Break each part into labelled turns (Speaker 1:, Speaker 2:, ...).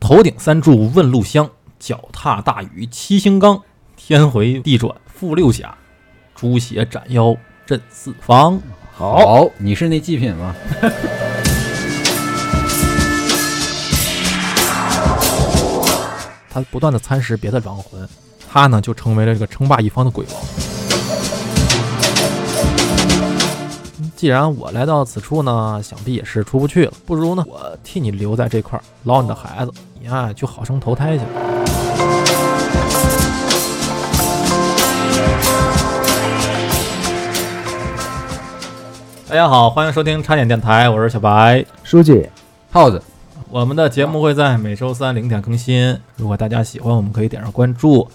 Speaker 1: 头顶三柱问路香，脚踏大禹七星罡，天回地转复六甲，朱邪斩妖震四方。
Speaker 2: 好，你是那祭品吗？
Speaker 1: 他不断的蚕食别的亡魂，他呢就成为了这个称霸一方的鬼王。既然我来到此处呢，想必也是出不去了，不如呢，我替你留在这块儿捞你的孩子，你啊就好生投胎去吧。大家好，欢迎收听插点电台，我是小白。
Speaker 3: 书记，
Speaker 2: 耗子，
Speaker 1: 我们的节目会在每周三零点更新，如果大家喜欢，我们可以点上关注。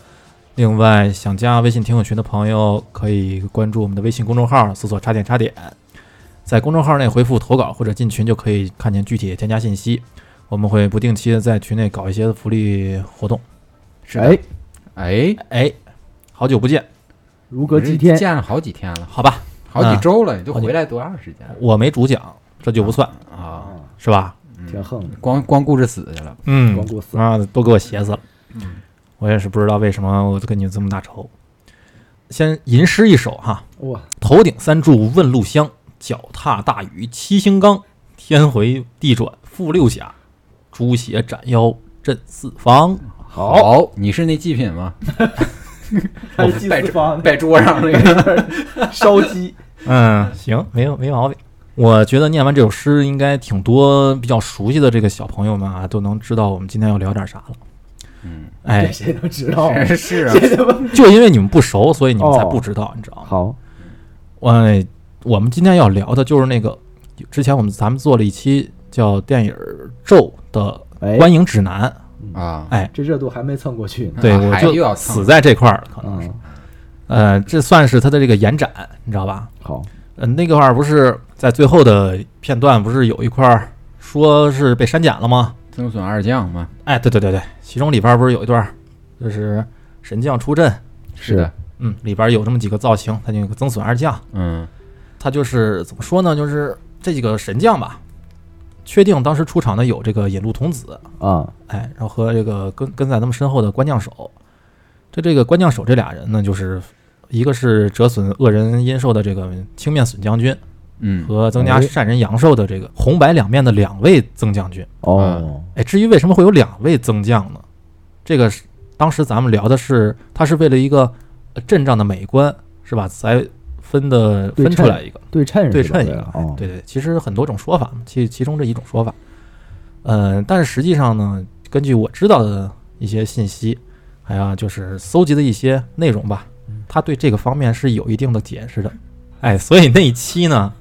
Speaker 1: 另外，想加微信听友群的朋友，可以关注我们的微信公众号，搜索“插点插点”，在公众号内回复投稿或者进群，就可以看见具体的添加信息。我们会不定期的在群内搞一些福利活动。
Speaker 3: 哎，
Speaker 2: 哎，
Speaker 1: 哎，好久不见，
Speaker 3: 如隔几天，
Speaker 2: 见了好几天了，
Speaker 1: 好吧，
Speaker 2: 好几周了，你都
Speaker 1: 好几
Speaker 2: 回来多长时间了
Speaker 1: 我没主讲，这就不算
Speaker 2: 啊？
Speaker 1: 是吧？
Speaker 3: 挺横的，
Speaker 2: 光光顾着死去了，
Speaker 1: 嗯
Speaker 3: 光顾死
Speaker 1: 啊，都给我邪死了。我也是不知道为什么我跟你这么大仇。先吟诗一首哈，
Speaker 3: 哇，
Speaker 1: 头顶三柱问路香，脚踏大禹七星罡，天回地转复六甲，朱邪斩妖震四方。
Speaker 3: 好，
Speaker 2: 你是那祭品吗？
Speaker 3: 还是祭祀 方
Speaker 2: 摆桌上 那个，
Speaker 3: 烧 鸡，
Speaker 1: 嗯，行，没有没毛病。我觉得念完这首诗，应该挺多比较熟悉的这个小朋友们啊，都能知道我们今天要聊点啥了。
Speaker 2: 嗯，
Speaker 1: 哎
Speaker 3: 这，谁都知道。
Speaker 2: 是啊，
Speaker 3: 这他妈
Speaker 1: 就因为你们不熟，所以你们才不知道，你知道吗？
Speaker 3: 好，
Speaker 1: 哎，我们今天要聊的就是那个，之前我们咱们做了一期叫电影《咒》的
Speaker 3: 哎，
Speaker 1: 观影指南，
Speaker 2: 啊，
Speaker 1: 哎，
Speaker 3: 这热度还没蹭过去呢。
Speaker 1: 对
Speaker 2: 啊
Speaker 1: 我
Speaker 2: 还又要
Speaker 1: 就
Speaker 2: 蹭
Speaker 1: 死在这块儿了，可能是，
Speaker 3: 嗯，
Speaker 1: 呃，这算是它的这个延展，你知道吧？
Speaker 3: 好，
Speaker 1: 呃，那个块儿不是在最后的片段，不是有一块儿说是被删减了吗？
Speaker 2: 曾孙二将嘛，
Speaker 1: 哎，对对对对，其中里边儿不是有一段儿，就是神将出阵，
Speaker 2: 是的，
Speaker 1: 嗯，里边儿有这么几个造型，它就有个曾损二将，
Speaker 2: 嗯
Speaker 1: 他就是怎么说呢？就是这几个神将吧，确定当时出场的有这个引路童子，
Speaker 3: 啊，
Speaker 1: 哎，然后和这个跟跟在他们身后的关将手。这这个关将手这俩人呢，就是一个是折损恶人阴寿的这个青面损将军，
Speaker 2: 嗯，
Speaker 1: 和增加
Speaker 3: 哎
Speaker 1: 善人阳寿的这个红白两面的两位增将军。
Speaker 3: 哦，
Speaker 1: 哎，至于为什么会有两位增将呢？这个是当时咱们聊的是，他是为了一个呃阵仗的美观，是吧？才分的
Speaker 3: 对
Speaker 1: 分出
Speaker 3: 称
Speaker 1: 来一个。
Speaker 3: 对称是
Speaker 1: 对
Speaker 3: 吧
Speaker 1: 称一
Speaker 3: 对
Speaker 1: 个
Speaker 3: 了，哦，
Speaker 1: 对对，其实很多种说法嘛，其其中这一种说法，呃，但是实际上呢，根据我知道的一些信息，还有就是搜集的一些内容吧，他对这个方面是有一定的解释的。哎，所以那一期呢，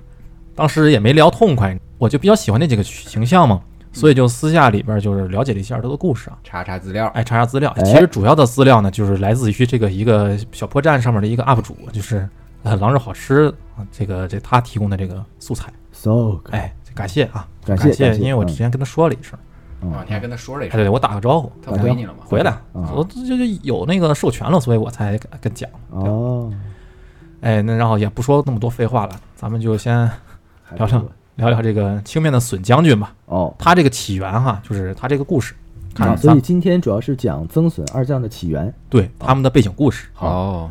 Speaker 1: 当时也没聊痛快，我就比较喜欢那几个形象嘛，所以就私下里边儿就是了解了一下他的故事啊，
Speaker 2: 查查资料，
Speaker 1: 哎，查查资料。
Speaker 3: 哎
Speaker 1: 其实主要的资料呢，就是来自于这个一个小破站上面的一个 UP 主，就是呃狼肉好吃啊，这个这他提供的这个素材。
Speaker 3: ，so，good，
Speaker 1: 哎，感谢啊，
Speaker 3: 感
Speaker 1: 感
Speaker 3: 谢，
Speaker 1: 因为我之
Speaker 3: 嗯
Speaker 1: 前跟他说了一声，
Speaker 3: 嗯
Speaker 2: 啊，你还跟他说了一
Speaker 1: 哎，
Speaker 2: 声，
Speaker 1: 对，我打个招呼，
Speaker 2: 他回你了吗？
Speaker 1: 回来，
Speaker 3: 啊
Speaker 1: 我这就就有那个授权了，所以我才跟跟讲。
Speaker 3: 哦，
Speaker 1: 哎，那然后也不说那么多废话了，咱们就先
Speaker 3: 还
Speaker 1: 聊
Speaker 3: 不
Speaker 1: 聊
Speaker 3: 错
Speaker 1: 聊聊这个青面的损将军吧，
Speaker 3: 哦，
Speaker 1: 他这个起源哈，就是他这个故事，看
Speaker 3: 啊，
Speaker 1: 咱
Speaker 3: 所以今天主要是讲曾损二将的起源，
Speaker 1: 对他们的背景故事。
Speaker 2: 哦，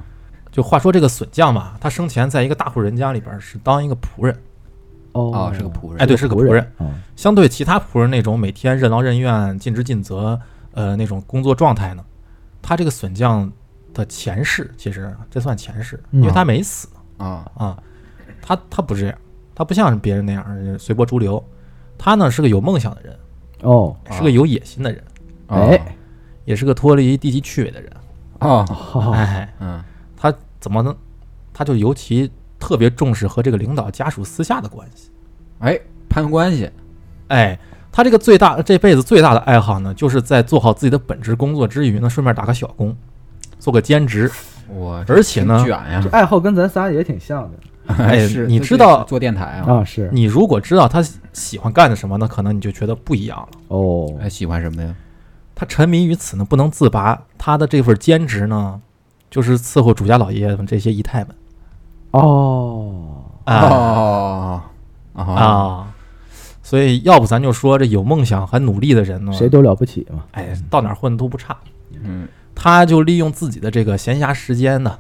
Speaker 1: 就话说这个损将嘛，他生前在一个大户人家里边是当一个仆人，
Speaker 3: 哦
Speaker 2: 哦，，是个仆人，
Speaker 1: 哎，对，是个仆人，
Speaker 3: 啊，
Speaker 1: 相对其他仆人那种每天任劳任怨、尽职尽责，呃，那种工作状态呢，他这个损将的前世，其实这算前世，因为他没死
Speaker 2: 啊，
Speaker 1: 啊，他他不是这样，他不像别人那样呃随波逐流，他呢是个有梦想的人，
Speaker 3: 哦，
Speaker 1: 是个有野心的人，
Speaker 3: 哎，
Speaker 1: 也是个脱离地级趣味的人。
Speaker 2: 哦，
Speaker 3: 好，
Speaker 1: 哎，
Speaker 2: 嗯，
Speaker 1: 他怎么能？他就尤其特别重视和这个领导家属私下的关系。
Speaker 2: 哎，攀关系，
Speaker 1: 哎，他这个最大这辈子最大的爱好呢，就是在做好自己的本职工作之余呢，顺便打个小工，做个兼职。
Speaker 2: 我
Speaker 1: 而且呢
Speaker 2: 挺卷呀
Speaker 3: 这，爱好跟咱仨也挺像的
Speaker 1: 哎
Speaker 2: 是
Speaker 1: 你
Speaker 2: 这
Speaker 1: 知道
Speaker 2: 这做电台啊？
Speaker 3: 啊，是，
Speaker 1: 你如果知道他喜欢干的什么呢，可能你就觉得不一样了。
Speaker 3: 哦，
Speaker 2: 哎，喜欢什么呀？
Speaker 1: 他沉迷于此呢，不能自拔。他的这份兼职呢，就是伺候主家老爷们这些姨太们
Speaker 3: 哦，
Speaker 1: 啊
Speaker 2: 哦，
Speaker 1: 哎啊，所以要不咱就说这有梦想还努力的人呢，
Speaker 3: 谁都了不起嘛。
Speaker 1: 哎到哪儿混都不差。
Speaker 2: 嗯，
Speaker 1: 他就利用自己的这个闲暇时间呢，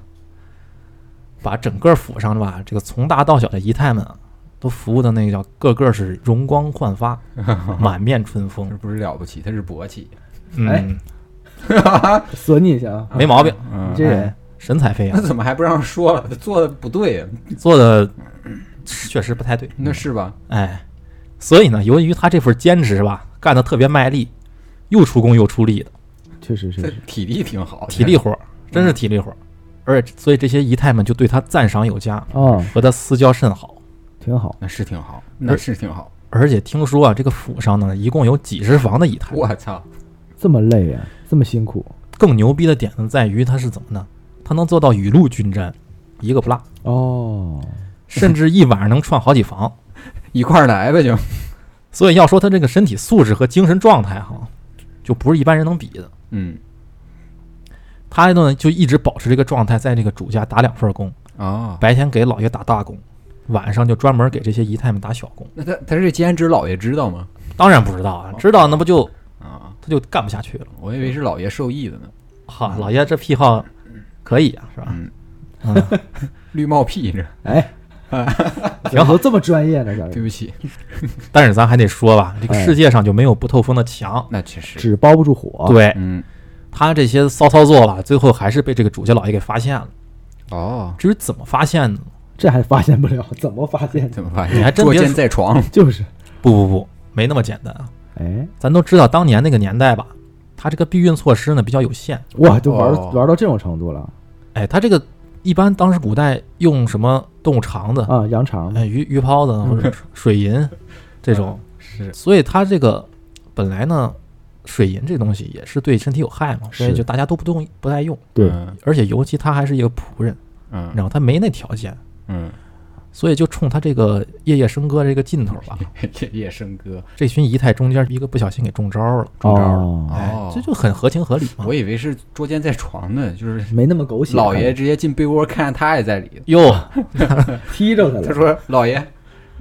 Speaker 1: 把整个府上吧，这个从大到小的姨太们啊，都服务的那个叫个个是容光焕 发，满面春风
Speaker 2: 这。不是了不起，他是勃起，
Speaker 3: 哎
Speaker 1: 嗯，
Speaker 3: 损你一下啊，
Speaker 1: 没毛病，
Speaker 2: 嗯
Speaker 3: 你，这人
Speaker 1: 哎神采飞
Speaker 2: 那
Speaker 1: 扬，
Speaker 2: 怎么还不让说了？他做的不对呀，
Speaker 1: 做的确实不太对。
Speaker 2: 那是吧？
Speaker 1: 哎，所以呢，由于他这份坚持吧，干的特别卖力，又出工又出力的，
Speaker 3: 确实是
Speaker 2: 他体力挺好，
Speaker 1: 体力活儿，真是体力活儿。而且，所以这些姨太们就对他赞赏有加，
Speaker 3: 哦，
Speaker 1: 和他私交甚好。
Speaker 3: 挺好。
Speaker 2: 那是挺好，那是挺好。
Speaker 1: 而且听说啊，这个府上呢，一共有几十房的姨太。
Speaker 2: 我操，
Speaker 3: 这么累啊，这么辛苦
Speaker 1: 更牛逼的点呢，在于他是怎么呢？他能做到雨露均沾，一个不落，
Speaker 3: 哦，
Speaker 1: 甚至一晚上能串好几房。
Speaker 2: 一块儿来呗就。
Speaker 1: 所以要说他这个身体素质和精神状态哈，就不是一般人能比的。
Speaker 2: 嗯，
Speaker 1: 他呢就一直保持这个状态，在这个主家打两份工，
Speaker 2: 哦，
Speaker 1: 白天给老爷打大工，晚上就专门给这些姨太们打小工。
Speaker 2: 那他他这兼职老爷知道吗？
Speaker 1: 当然不知道啊，知道那不就
Speaker 2: 啊，
Speaker 1: 他就干不下去了。
Speaker 2: 我以为是老爷授意的呢。
Speaker 1: 哈，老爷这癖好可以啊，是吧？
Speaker 2: 嗯，
Speaker 1: 嗯，
Speaker 2: 绿帽屁这，
Speaker 3: 哎，
Speaker 1: 挺好
Speaker 3: 好，这么专业呢，咱
Speaker 2: 对不起，
Speaker 1: 但是咱还得说吧，这个
Speaker 3: 哎
Speaker 1: 世界上就没有不透风的墙。
Speaker 2: 那确实，
Speaker 3: 纸包不住火。，
Speaker 1: 对
Speaker 2: 嗯，
Speaker 1: 他这些骚操作吧，最后还是被这个主家老爷给发现了。
Speaker 2: 哦，
Speaker 1: 至于怎么发现呢？
Speaker 3: 这还发现不了，怎么发现的？
Speaker 2: 怎么发
Speaker 1: 你还
Speaker 2: 现？
Speaker 1: 真
Speaker 2: 捉
Speaker 1: 别
Speaker 2: 奸
Speaker 1: 说
Speaker 2: 在床，
Speaker 3: 就是，
Speaker 1: 不不不，没那么简单啊。
Speaker 3: 哎，
Speaker 1: 咱都知道当年那个年代吧，他这个避孕措施呢比较有限。
Speaker 3: 哇，就玩
Speaker 2: 哦
Speaker 3: 玩到这种程度了
Speaker 1: 哎，他这个一般当时古代用什么动物肠子、
Speaker 3: 啊！羊肠
Speaker 1: 哎鱼鱼泡子或者水银这种，
Speaker 2: 是
Speaker 1: 所以他这个本来呢，水银这东西也是对身体有害嘛，所以
Speaker 3: 是
Speaker 1: 就大家都不动不爱用。
Speaker 3: 对
Speaker 2: 嗯
Speaker 1: 而且尤其他还是一个仆人，
Speaker 2: 嗯
Speaker 1: 然后他没那条件，
Speaker 2: 嗯，
Speaker 1: 所以就冲他这个夜夜笙歌这个劲头 吧，
Speaker 2: 夜夜笙歌，
Speaker 1: 这群姨太中间一个不小心给中招了，
Speaker 2: 中招了
Speaker 3: 哦
Speaker 1: 哎
Speaker 2: 哦，
Speaker 1: 这就很合情合理嘛
Speaker 2: 我。以为是捉奸在床 呢，就是
Speaker 3: 没那么狗血。啊
Speaker 2: 老爷直接进被窝看他也在里头。
Speaker 1: 哟，
Speaker 3: 踢着他
Speaker 2: 他
Speaker 3: 了，
Speaker 2: 说：“老爷，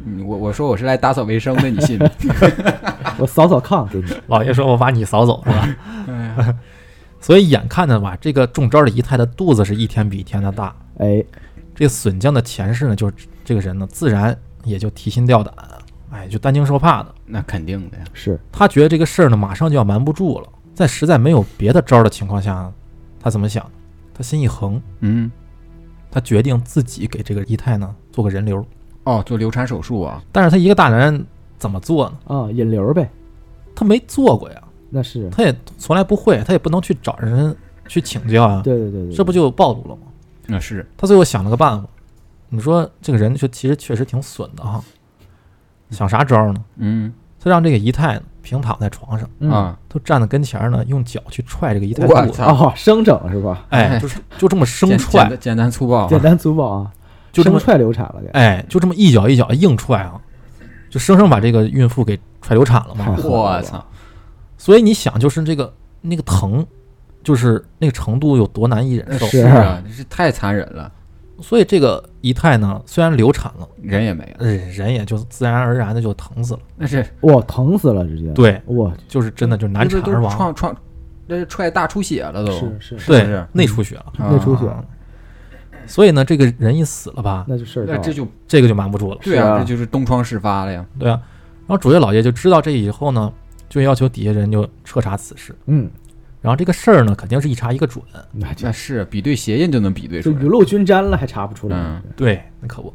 Speaker 2: 嗯我我说我是来打扫卫生的，你信吗
Speaker 3: 我扫扫炕给你。
Speaker 1: 老爷说我把你扫走是吧？？”
Speaker 2: 哎呀
Speaker 1: 所以眼看着吧，这个中招的姨太的肚子是一天比一天的大，
Speaker 3: 哎，
Speaker 1: 这个损将的前世呢，就是这个人呢，自然也就提心吊胆，哎，就担惊受怕的。
Speaker 2: 那肯定的呀。
Speaker 3: 是
Speaker 1: 他觉得这个事儿呢，马上就要瞒不住了，在实在没有别的招儿的情况下，他怎么想？他心一横，
Speaker 2: 嗯，
Speaker 1: 他决定自己给这个姨太呢做个人流。
Speaker 2: 哦，做流产手术啊，
Speaker 1: 但是他一个大男人怎么做呢？
Speaker 3: 啊，引流呗，
Speaker 1: 他没做过呀，
Speaker 3: 那是，
Speaker 1: 他也从来不会，他也不能去找人去请教啊，
Speaker 3: 对对对对，
Speaker 1: 这不就暴露了吗？
Speaker 2: 那是
Speaker 1: 他最后想了个办法，你说这个人就其实确实挺损的哈，想啥招呢？
Speaker 2: 嗯
Speaker 1: 他让这个姨太呢平躺在床上，
Speaker 3: 嗯
Speaker 2: 啊，
Speaker 1: 他站在跟前儿呢，用脚去踹这个姨太
Speaker 2: 我
Speaker 1: 肚子，
Speaker 2: 操，
Speaker 3: 哦，生整是吧？
Speaker 1: 哎，就是就这么生
Speaker 2: 简简
Speaker 1: 踹，
Speaker 2: 单简单粗暴啊，
Speaker 3: 简单粗暴啊，
Speaker 1: 就这
Speaker 3: 生
Speaker 1: 么
Speaker 3: 踹流产了给。
Speaker 1: 哎，就这么一脚一脚硬踹啊，就生生把这个孕妇给踹流产了嘛。
Speaker 3: 太狠了
Speaker 2: 我
Speaker 3: 吧
Speaker 2: 操，
Speaker 1: 所以你想，就是这个那个疼，就是那个程度有多难以忍受。
Speaker 3: 是
Speaker 2: 啊，这太残忍了，
Speaker 1: 所以这个姨太呢，虽然流产了，
Speaker 2: 人也没了，
Speaker 1: 呃人也就自然而然的就疼死了。
Speaker 2: 那是
Speaker 3: 哇，疼死了直接。，
Speaker 1: 对，
Speaker 3: 哇，
Speaker 1: 就是真的就难
Speaker 2: 嗯这
Speaker 1: 产
Speaker 2: 都是
Speaker 1: 而亡，
Speaker 2: 创创，这踹大出血了都，
Speaker 3: 是是
Speaker 2: 是不
Speaker 1: 对
Speaker 2: 是，？
Speaker 1: 内出血了。
Speaker 3: 内出血
Speaker 1: 啊所以呢，这个人一死了吧，
Speaker 3: 那就事儿大
Speaker 2: 那
Speaker 3: 了。
Speaker 2: 这就
Speaker 1: 这个就瞒不住了。
Speaker 2: 对
Speaker 3: 是
Speaker 2: 啊，
Speaker 3: 啊
Speaker 2: 这就是东窗事发了呀。
Speaker 1: 对啊，然后主角老爷就知道这以后呢，就要求底下人就彻查此事。
Speaker 3: 嗯，
Speaker 1: 然后这个事儿呢，肯定是一查一个准。
Speaker 3: 那就
Speaker 2: 那是比对鞋印就能比对
Speaker 3: 就
Speaker 2: 出
Speaker 3: 雨
Speaker 2: 来，嗯
Speaker 3: 露均沾了，还查不出来呢。
Speaker 1: 对，那可不。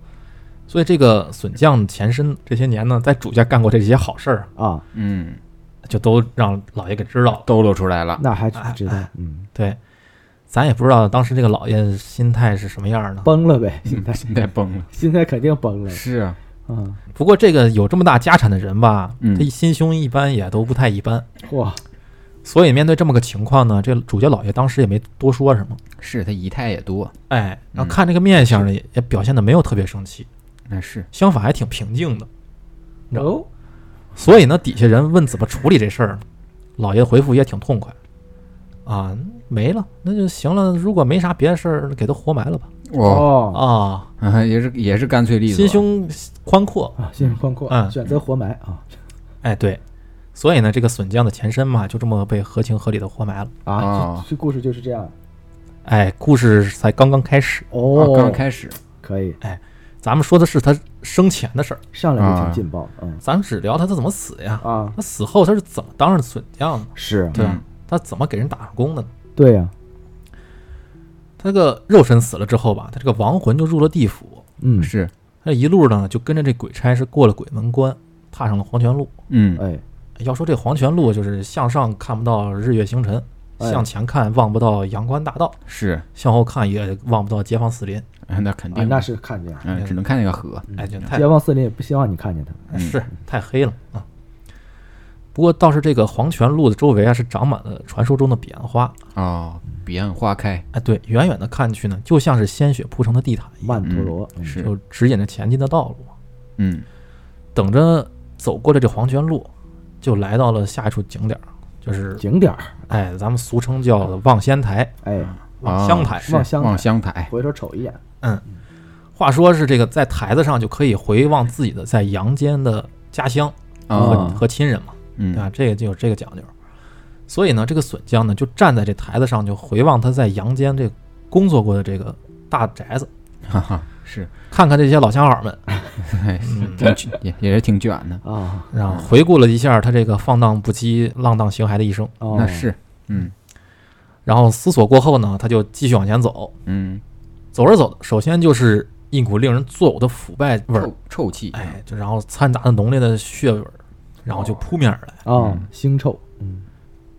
Speaker 1: 所以这个损将前身这些年呢，在主家干过这些好事儿，
Speaker 3: 啊，
Speaker 2: 嗯，
Speaker 1: 就都让老爷给知道了。
Speaker 2: 都露出来了，
Speaker 3: 那还知道，嗯，
Speaker 1: 对，咱也不知道当时这个老爷心态是什么样儿的。
Speaker 3: 崩了呗，心态
Speaker 2: 现在崩了，
Speaker 3: 心态肯定崩了
Speaker 2: 是啊，
Speaker 3: 啊！
Speaker 1: 不过这个有这么大家产的人吧，
Speaker 2: 嗯
Speaker 1: 他心胸一般也都不太一般，
Speaker 3: 哇，
Speaker 1: 所以面对这么个情况呢，这主角老爷当时也没多说什么。
Speaker 2: 是他仪态也多，
Speaker 1: 哎，然后看这个面相呢，也也表现的没有特别生气，
Speaker 2: 那是
Speaker 1: 相反还挺平静的。
Speaker 3: 哦，
Speaker 1: 所以呢，底下人问怎么处理这事儿，老爷回复也挺痛快，啊，没了，那就行了。如果没啥别的事儿，给他活埋了吧。
Speaker 2: 哇，
Speaker 3: 哦
Speaker 1: 啊，
Speaker 2: 啊也是也是干脆利索，
Speaker 1: 心胸宽阔，
Speaker 3: 啊，心胸宽阔
Speaker 1: 嗯，
Speaker 2: 哦
Speaker 3: 选择活埋啊，
Speaker 1: 哎，对，所以呢，这个笋匠的前身嘛，就这么被合情合理的活埋了。
Speaker 3: 啊
Speaker 2: 啊，
Speaker 3: 这这故事就是这样。
Speaker 1: 哎，故事才刚刚开始，
Speaker 2: 啊
Speaker 3: 哦，
Speaker 2: 刚开始，
Speaker 3: 可以，
Speaker 1: 咱们说的是他生前的事儿，
Speaker 3: 上来就挺
Speaker 2: 啊
Speaker 3: 劲爆的，嗯
Speaker 1: 咱们只聊他他怎么死呀？
Speaker 3: 啊，
Speaker 1: 他死后他是怎么当上笋匠的？
Speaker 3: 是
Speaker 1: 对
Speaker 2: 嗯
Speaker 1: 他怎么给人打工的呢？
Speaker 3: 对呀，
Speaker 1: 他这个肉身死了之后吧，他这个亡魂就入了地府，
Speaker 3: 嗯，
Speaker 2: 是，
Speaker 1: 他一路呢就跟着这鬼差是过了鬼门关，踏上了黄泉路。
Speaker 2: 嗯
Speaker 3: 哎，
Speaker 1: 要说这黄泉路，就是向上看不到日月星辰，
Speaker 3: 哎
Speaker 1: 向前看望不到阳关大道，
Speaker 2: 是，
Speaker 1: 向后看也望不到街坊四邻。
Speaker 2: 哎那肯
Speaker 3: 啊，
Speaker 2: 定
Speaker 3: 那，是看见了，
Speaker 2: 嗯，只能看那个河，
Speaker 1: 哎，就太
Speaker 3: 街坊四邻也不希望你看见他，
Speaker 2: 嗯
Speaker 1: 是太黑了啊。不过倒是这个黄泉路的周围啊，是长满了传说中的彼岸花。
Speaker 2: 哦，彼岸花开，
Speaker 1: 哎，对，远远的看去呢，就像是鲜血铺成的地毯一样，
Speaker 3: 曼陀罗，嗯
Speaker 2: 是，
Speaker 1: 就指引着前进的道路。
Speaker 2: 嗯，
Speaker 1: 等着走过了这黄泉路，就来到了下一处景点儿，就是
Speaker 3: 嗯景点儿，
Speaker 1: 哎，咱们俗称叫望仙台、
Speaker 2: 嗯
Speaker 3: 哎，
Speaker 1: 望乡台。
Speaker 2: 是
Speaker 3: 望乡台
Speaker 2: 望乡啊台，
Speaker 3: 回头瞅一眼，
Speaker 1: 话说是这个在台子上就可以回望自己的在阳间的家乡和、
Speaker 2: 啊，
Speaker 1: 和亲人嘛，对吧？
Speaker 2: 嗯，
Speaker 1: 啊这个就有这个讲究。所以呢，这个笋匠呢就站在这台子上，就回望他在阳间这工作过的这个大宅子，
Speaker 2: 哈哈，是，
Speaker 1: 看看这些老乡好们，
Speaker 2: 哎
Speaker 1: 嗯
Speaker 2: 挺卷也也是挺卷的，
Speaker 3: 啊，
Speaker 1: 然后回顾了一下他这个放荡不羁、浪荡形骸的一生。
Speaker 3: 哦
Speaker 2: 那是，嗯
Speaker 1: 然后思索过后呢，他就继续往前走，
Speaker 2: 嗯，
Speaker 1: 走着走着，首先就是一股令人作呕的腐败味儿，
Speaker 2: 臭臭气，
Speaker 1: 哎，就然后掺杂着浓烈的血味儿，然后就扑面而来。
Speaker 3: 啊
Speaker 2: 嗯，
Speaker 3: 腥臭，嗯，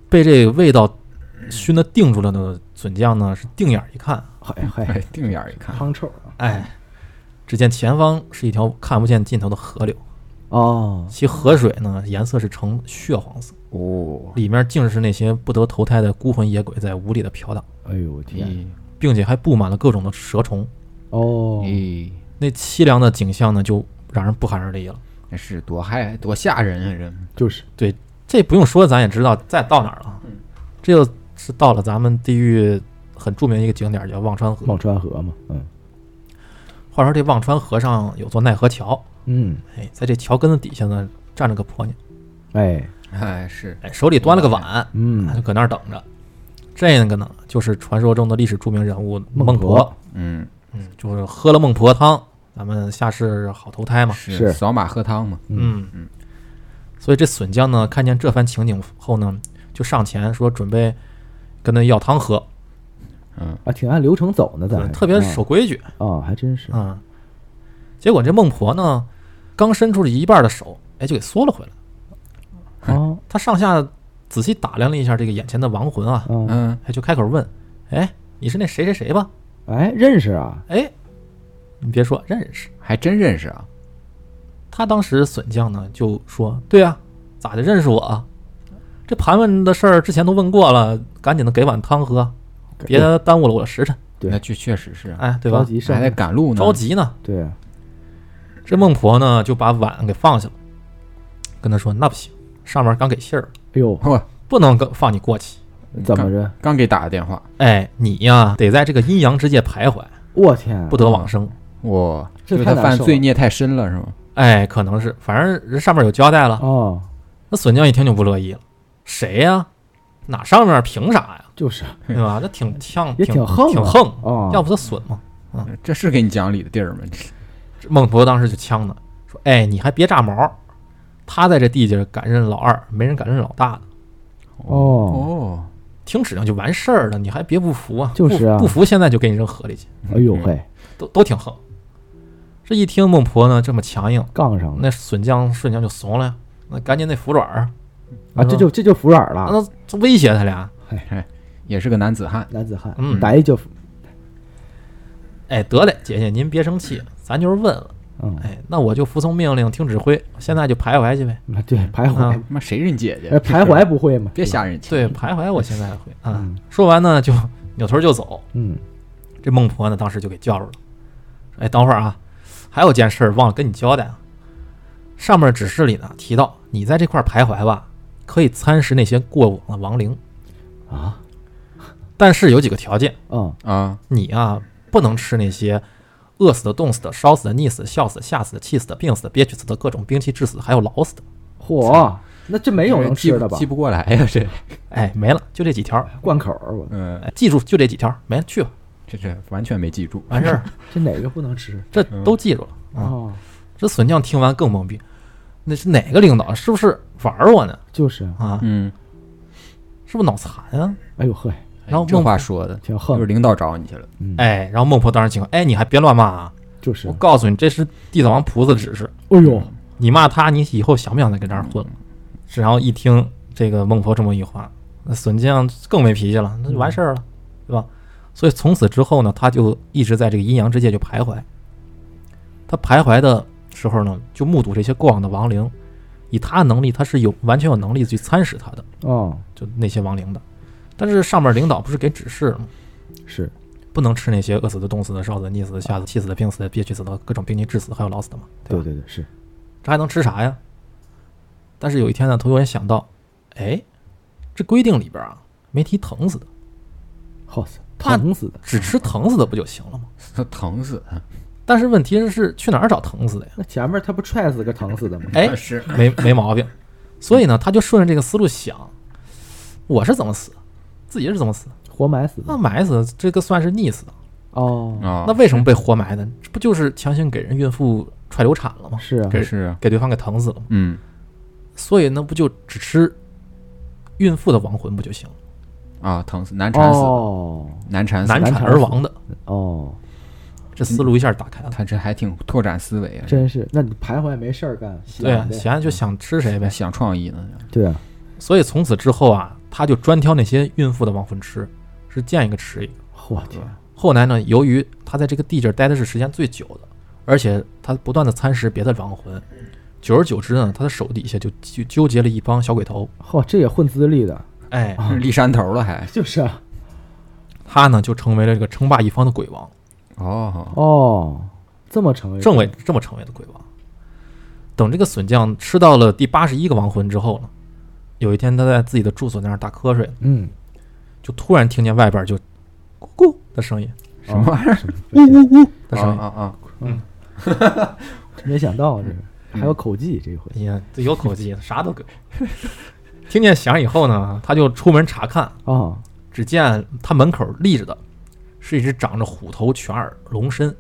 Speaker 1: 被这味道熏得定住了的笋匠呢，是定眼儿一看，
Speaker 3: 嗨
Speaker 2: 哎
Speaker 3: 嗨，，
Speaker 2: 定眼儿一看，
Speaker 3: 汤臭啊，
Speaker 1: 哎，只见前方是一条看不见尽头的河流，
Speaker 3: 哦，
Speaker 1: 其河水呢颜色是呈血黄色，
Speaker 2: 哦，
Speaker 1: 里面竟是那些不得投胎的孤魂野鬼在无力的飘荡，
Speaker 3: 哎呦我天，
Speaker 2: 咦
Speaker 1: 并且还布满了各种的蛇虫。
Speaker 3: 哦，
Speaker 2: 咦，
Speaker 1: 那凄凉的景象呢，就让人不寒而栗了。
Speaker 2: 那是多害多吓人啊，人，
Speaker 3: 就是
Speaker 1: 嗯这不用说，咱也知道再到哪儿了啊。这就是到了咱们地域很著名一个景点儿，叫忘川河。
Speaker 3: 忘川河嘛，嗯
Speaker 1: 话说这忘川河上有座奈何桥，
Speaker 3: 嗯，
Speaker 1: 哎，在这桥根子底下呢站着个婆娘，
Speaker 3: 哎，
Speaker 2: 哎是，
Speaker 1: 哎，手里端了个碗，她
Speaker 3: 嗯
Speaker 1: 就，搁那儿等着。这个呢，就是传说中的历史著名人物
Speaker 3: 孟
Speaker 1: 孟
Speaker 3: 婆
Speaker 1: 婆，
Speaker 2: 嗯
Speaker 1: 嗯，就是喝了孟婆汤，咱们下世好投胎嘛。
Speaker 2: 是
Speaker 3: 是
Speaker 2: 扫码喝汤嘛，
Speaker 1: 嗯
Speaker 2: 嗯，
Speaker 1: 所以这笋匠呢，看见这番情景后呢，就上前说准备跟他要汤喝，
Speaker 2: 嗯
Speaker 3: 啊，挺按流程走呢，咱还是
Speaker 1: 特别守规矩
Speaker 3: 啊，还真嗯是，
Speaker 1: 啊、结果这孟婆呢，刚伸出了一半的手，哎，就给缩了回来。
Speaker 3: 哦，
Speaker 1: 她上下仔细打量了一下这个眼前的亡魂啊，
Speaker 3: 嗯，
Speaker 2: 嗯，
Speaker 1: 哎，就开口问：“哎，你是那谁谁谁吧
Speaker 3: 哎，认识啊？”，
Speaker 1: 哎，你别说认识。
Speaker 2: 还真认识啊，
Speaker 1: 他当时笋匠呢就说：“对啊，咋的认识我啊？这盘问的事儿之前都问过了，赶紧的给碗汤喝，别耽误了我的时辰。
Speaker 3: 对
Speaker 2: 那确确实是啊，
Speaker 1: 哎，对
Speaker 3: 着
Speaker 1: 吧？
Speaker 3: 急
Speaker 2: 还
Speaker 3: 上
Speaker 2: 在，赶路呢，
Speaker 1: 着 急呢。
Speaker 3: 对啊，
Speaker 1: 这孟婆呢就把碗给放下了，跟他说：那不行，上面刚给信儿了，
Speaker 3: 哎呦，
Speaker 2: 哇，
Speaker 1: 不能跟放你过去。
Speaker 3: 怎么着？
Speaker 2: 刚给打个电话，
Speaker 1: 哎，你呀得在这个阴阳之界徘徊，
Speaker 3: 我天，
Speaker 1: 不得往生。
Speaker 2: 哇，
Speaker 3: 这
Speaker 2: 就是
Speaker 3: 太
Speaker 2: 他
Speaker 3: 难
Speaker 2: 犯
Speaker 3: 受了
Speaker 2: 罪孽太深了是吗？
Speaker 1: 哎，可能是，反正人上面有交代了。
Speaker 3: 哦，
Speaker 1: 那笋匠一听就不乐意了，谁呀？哪上面凭啥呀？
Speaker 3: 就是
Speaker 1: 对吧？这挺呛，
Speaker 3: 也挺横啊
Speaker 1: 挺横，
Speaker 3: 哦，
Speaker 1: 要不他损嘛。
Speaker 2: 这是给你讲理的地儿吗？
Speaker 1: 这孟婆当时就呛他，说：“哎，你还别炸毛，他在这地界敢认老二，没人敢认老大的，
Speaker 3: 哦，
Speaker 2: 哦，
Speaker 1: 听指令就完事儿了，你还别不服啊？
Speaker 3: 就是啊
Speaker 1: 不不服现在就给你扔河里去，
Speaker 3: 哎呦嘿，
Speaker 1: 都都挺横。”这一听孟婆呢这么强硬，
Speaker 3: 杠上了
Speaker 1: 那笋匠瞬间就怂了呀，那赶紧那服软儿
Speaker 3: 啊，这就这就服软了，
Speaker 1: 嗯那这威胁他俩，
Speaker 2: 也是个男子汉，
Speaker 3: 男子汉
Speaker 1: 嗯，
Speaker 3: 逮就服，
Speaker 1: 哎，得嘞，姐姐您别生气，咱就是问问，
Speaker 3: 嗯，
Speaker 1: 哎，那我就服从命令，听指挥，现在就徘徊去呗。
Speaker 3: 那对，徘徊
Speaker 1: 啊，
Speaker 2: 他妈谁认姐姐
Speaker 3: 哎，？徘徊不会吗？
Speaker 2: 别吓人家，
Speaker 1: 对，徘徊我现在会啊。
Speaker 3: 嗯
Speaker 1: 说完呢，就 扭头就走。
Speaker 3: 嗯，
Speaker 1: 这孟婆呢，当时就给叫住了，说：“哎，等会儿啊，还有件事儿忘了跟你交代啊。上面指示里呢提到，你在这块儿徘徊吧，可以参食那些过往的亡灵，
Speaker 3: 啊，
Speaker 1: 但是有几个条件，
Speaker 3: 嗯，
Speaker 2: 啊，
Speaker 1: 你啊不能吃那些饿死的、冻死的、烧死的、溺死的、笑死的、吓死的、气死的、病死的、憋屈死的各种兵器致死的，还有老死的。
Speaker 3: 嚯，那这没有能
Speaker 2: 记
Speaker 3: 吃
Speaker 2: 不
Speaker 3: 的吧
Speaker 2: 记？不过来呀，这，
Speaker 1: 哎，没了，就这几条，
Speaker 3: 灌口儿， 我
Speaker 2: 嗯，
Speaker 1: 哎记住就这几条，没了去吧，
Speaker 2: 这这完全没记住。
Speaker 1: 完事儿，
Speaker 3: 这哪个不能吃？
Speaker 1: 这都记住了啊。
Speaker 3: 哦，
Speaker 1: 这笋匠听完更懵逼，那是哪个领导？是不是玩儿我呢？
Speaker 3: 就是，
Speaker 1: 啊，
Speaker 2: 嗯，
Speaker 1: 是不是脑残啊？
Speaker 3: 哎呦呵，
Speaker 1: 然后
Speaker 2: 这
Speaker 1: 孟
Speaker 2: 话说的，
Speaker 3: 挺
Speaker 2: 就是
Speaker 3: 横，
Speaker 2: 领导找你去了。
Speaker 3: 嗯，
Speaker 1: 哎，然后孟婆当时情况，哎，你还别乱骂啊！
Speaker 3: 就是
Speaker 1: 我，告诉你，这是地藏王菩萨的指示，
Speaker 3: 哎呦，
Speaker 1: 你骂他，你以后想不想再跟这儿混了？是然后一听这个孟婆这么一话，那笋匠更没脾气了，那就完事儿了，对吧？所以从此之后呢，他就一直在这个阴阳之界就徘徊。他徘徊的时候呢，就目睹这些过往的亡灵，以他的能力，他是有完全有能力去参使他的，
Speaker 3: 哦，
Speaker 1: 就那些亡灵的。但是上面领导不是给指示了吗？
Speaker 3: 是，
Speaker 1: 不能吃那些饿死的、冻死的、烧死的、溺死的、吓死的、气死的、病死的、憋屈死的、各种病菌致死，还有老死的嘛，对
Speaker 3: 对
Speaker 1: 吧？
Speaker 3: 对对，是，
Speaker 1: 这还能吃啥呀？但是有一天呢，他突然想到，哎，这规定里边啊没提疼死的，
Speaker 3: 好死，
Speaker 1: 怕
Speaker 3: 疼死的，
Speaker 1: 只吃疼死的不就行了吗？
Speaker 2: 疼死，
Speaker 1: 但是问题是去哪儿找疼死的呀？
Speaker 3: 那前面他不踹死个疼死的吗？
Speaker 1: 哎，
Speaker 2: 是
Speaker 1: 没没毛病。所以呢，他就顺着这个思路想，我是怎么死，自己是怎么死？
Speaker 3: 活埋死
Speaker 1: 那
Speaker 3: 的，
Speaker 1: 埋死这个算是溺死，
Speaker 3: 哦，
Speaker 2: 啊，
Speaker 1: 那为什么被活埋的？这不就是强行给人孕妇踹流产了吗？
Speaker 3: 是啊，
Speaker 1: 给
Speaker 2: 是啊，
Speaker 1: 给对方给疼死了吗？
Speaker 2: 嗯，
Speaker 1: 所以那不就只吃孕妇的亡魂不就行了？
Speaker 2: 啊，疼死，难产死，
Speaker 3: 哦，
Speaker 2: 难产死，
Speaker 1: 难产
Speaker 3: 产
Speaker 1: 而
Speaker 3: 死
Speaker 1: 亡的，
Speaker 3: 哦，
Speaker 1: 这思路一下打开了。
Speaker 2: 他这还挺拓展思维啊，
Speaker 3: 真是，那你徘徊没事儿干，
Speaker 1: 对啊
Speaker 3: 闲，呗
Speaker 1: 显然就想吃谁呗。
Speaker 2: 想创意呢，
Speaker 3: 对啊，
Speaker 1: 所以从此之后啊，他就专挑那些孕妇的亡魂吃，是见一个吃一个。
Speaker 3: 我天，
Speaker 1: 后来呢，由于他在这个地界儿待的是时间最久的，而且他不断的蚕食别的亡魂，久而久之呢，他的手底下就就纠结了一帮小鬼头。
Speaker 3: 嚯，这也混资历的，
Speaker 1: 哎，
Speaker 3: 啊
Speaker 2: 立山头了 还，
Speaker 3: 就是啊，
Speaker 1: 他呢就成为了这个称霸一方的鬼王，
Speaker 2: 哦，
Speaker 3: 哦，这么成为
Speaker 1: 政委这么成为的鬼王。等这个笋匠吃到了第八十一个亡魂之后呢，有一天他在自己的住所那儿打瞌睡，
Speaker 3: 嗯，
Speaker 1: 就突然听见外边儿就咕咕的声音
Speaker 2: 什
Speaker 3: 哦
Speaker 2: 么玩意儿？
Speaker 3: 呜 呜呜，
Speaker 1: 的声音，
Speaker 2: 啊啊，
Speaker 3: 没想到这个
Speaker 1: 嗯
Speaker 3: 还有口技这回，
Speaker 1: 哎呀，这有口技，啥都给。 听见响以后呢，他就出门查看，
Speaker 3: 哦，
Speaker 1: 只见他门口立着的是一只长着虎头、犬耳、龙身、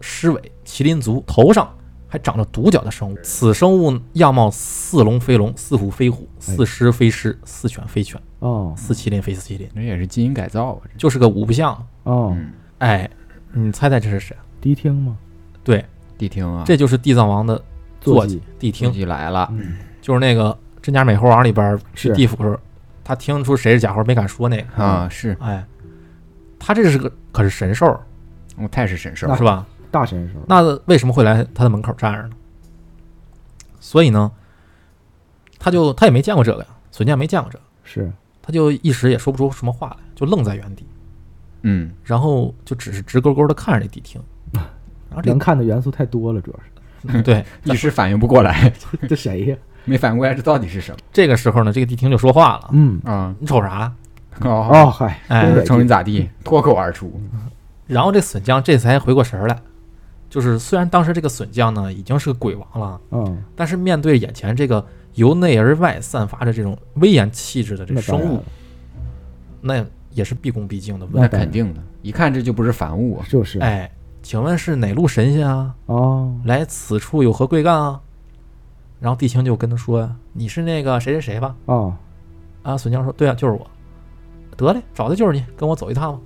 Speaker 1: 狮尾、麒麟足，头上还长着独角的生物。此生物样貌似龙非龙，似虎非虎，
Speaker 3: 哎
Speaker 1: 似狮非狮，似犬非犬，
Speaker 3: 哦，
Speaker 1: 似麒麟非似麒麟，
Speaker 2: 这也是基因改造啊，这，
Speaker 1: 就是个五不像。
Speaker 3: 哦，
Speaker 2: 嗯，
Speaker 1: 哎，你猜猜这是谁？啊
Speaker 3: 迪厅吗？
Speaker 1: 对，
Speaker 2: 谛听啊，
Speaker 1: 这就是地藏王的坐
Speaker 3: 坐
Speaker 1: 骑谛
Speaker 3: 骑啊
Speaker 1: 听。
Speaker 2: 就来了，
Speaker 1: 就是那个《真假美猴王》里边儿去
Speaker 3: 是
Speaker 1: 地府的时候，他听出谁是假猴，没敢说那个。
Speaker 2: 啊，是
Speaker 1: 哎，他这是个可是神兽儿，
Speaker 2: 我太是神兽
Speaker 3: 那
Speaker 1: 是吧？
Speaker 3: 大神兽，
Speaker 1: 那为什么会来他的门口站着呢？所以呢，他就他也没见过这个呀，孙健没见过这个，
Speaker 3: 是，
Speaker 1: 他就一时也说不出什么话来，就愣在原地，
Speaker 2: 嗯，
Speaker 1: 然后就只是直勾勾的看着这谛听。然后这
Speaker 3: 能看的元素太多了，主要
Speaker 1: 个对
Speaker 2: 一时反应不过来，
Speaker 3: 是这谁呀？
Speaker 2: 没反应过来这到底是什么
Speaker 1: 这个时候呢，这个谛听就说话了
Speaker 3: 嗯，
Speaker 2: 啊？：“
Speaker 1: 你瞅啥
Speaker 2: 哦，
Speaker 3: 哦，嗨，
Speaker 1: 哎
Speaker 3: 东北
Speaker 2: 瞅
Speaker 3: 这
Speaker 2: 你咋地，脱口而出，？”
Speaker 1: 然后这笋匠这才回过神儿来，就是虽然当时这个笋匠呢已经是个鬼王了，
Speaker 3: 嗯，
Speaker 1: 但是面对眼前这个由内而外散发着这种威严气质的这
Speaker 3: 那
Speaker 1: 生
Speaker 3: 当然
Speaker 1: 物
Speaker 3: 了，，
Speaker 1: 那也是毕恭毕敬的
Speaker 3: 那
Speaker 1: 问
Speaker 2: 那
Speaker 3: 当然
Speaker 2: 肯定的，一看这就不是凡物啊，
Speaker 3: 就是，：“
Speaker 1: 哎，请问是哪路神仙啊？
Speaker 3: 哦，
Speaker 1: 来此处有何贵干啊？”然后地清就跟他说：“你是那个谁谁谁吧
Speaker 3: 哦，？”
Speaker 1: 啊，笋匠说：“对啊，就是我。”得嘞，找的就是你，跟我走一趟吧。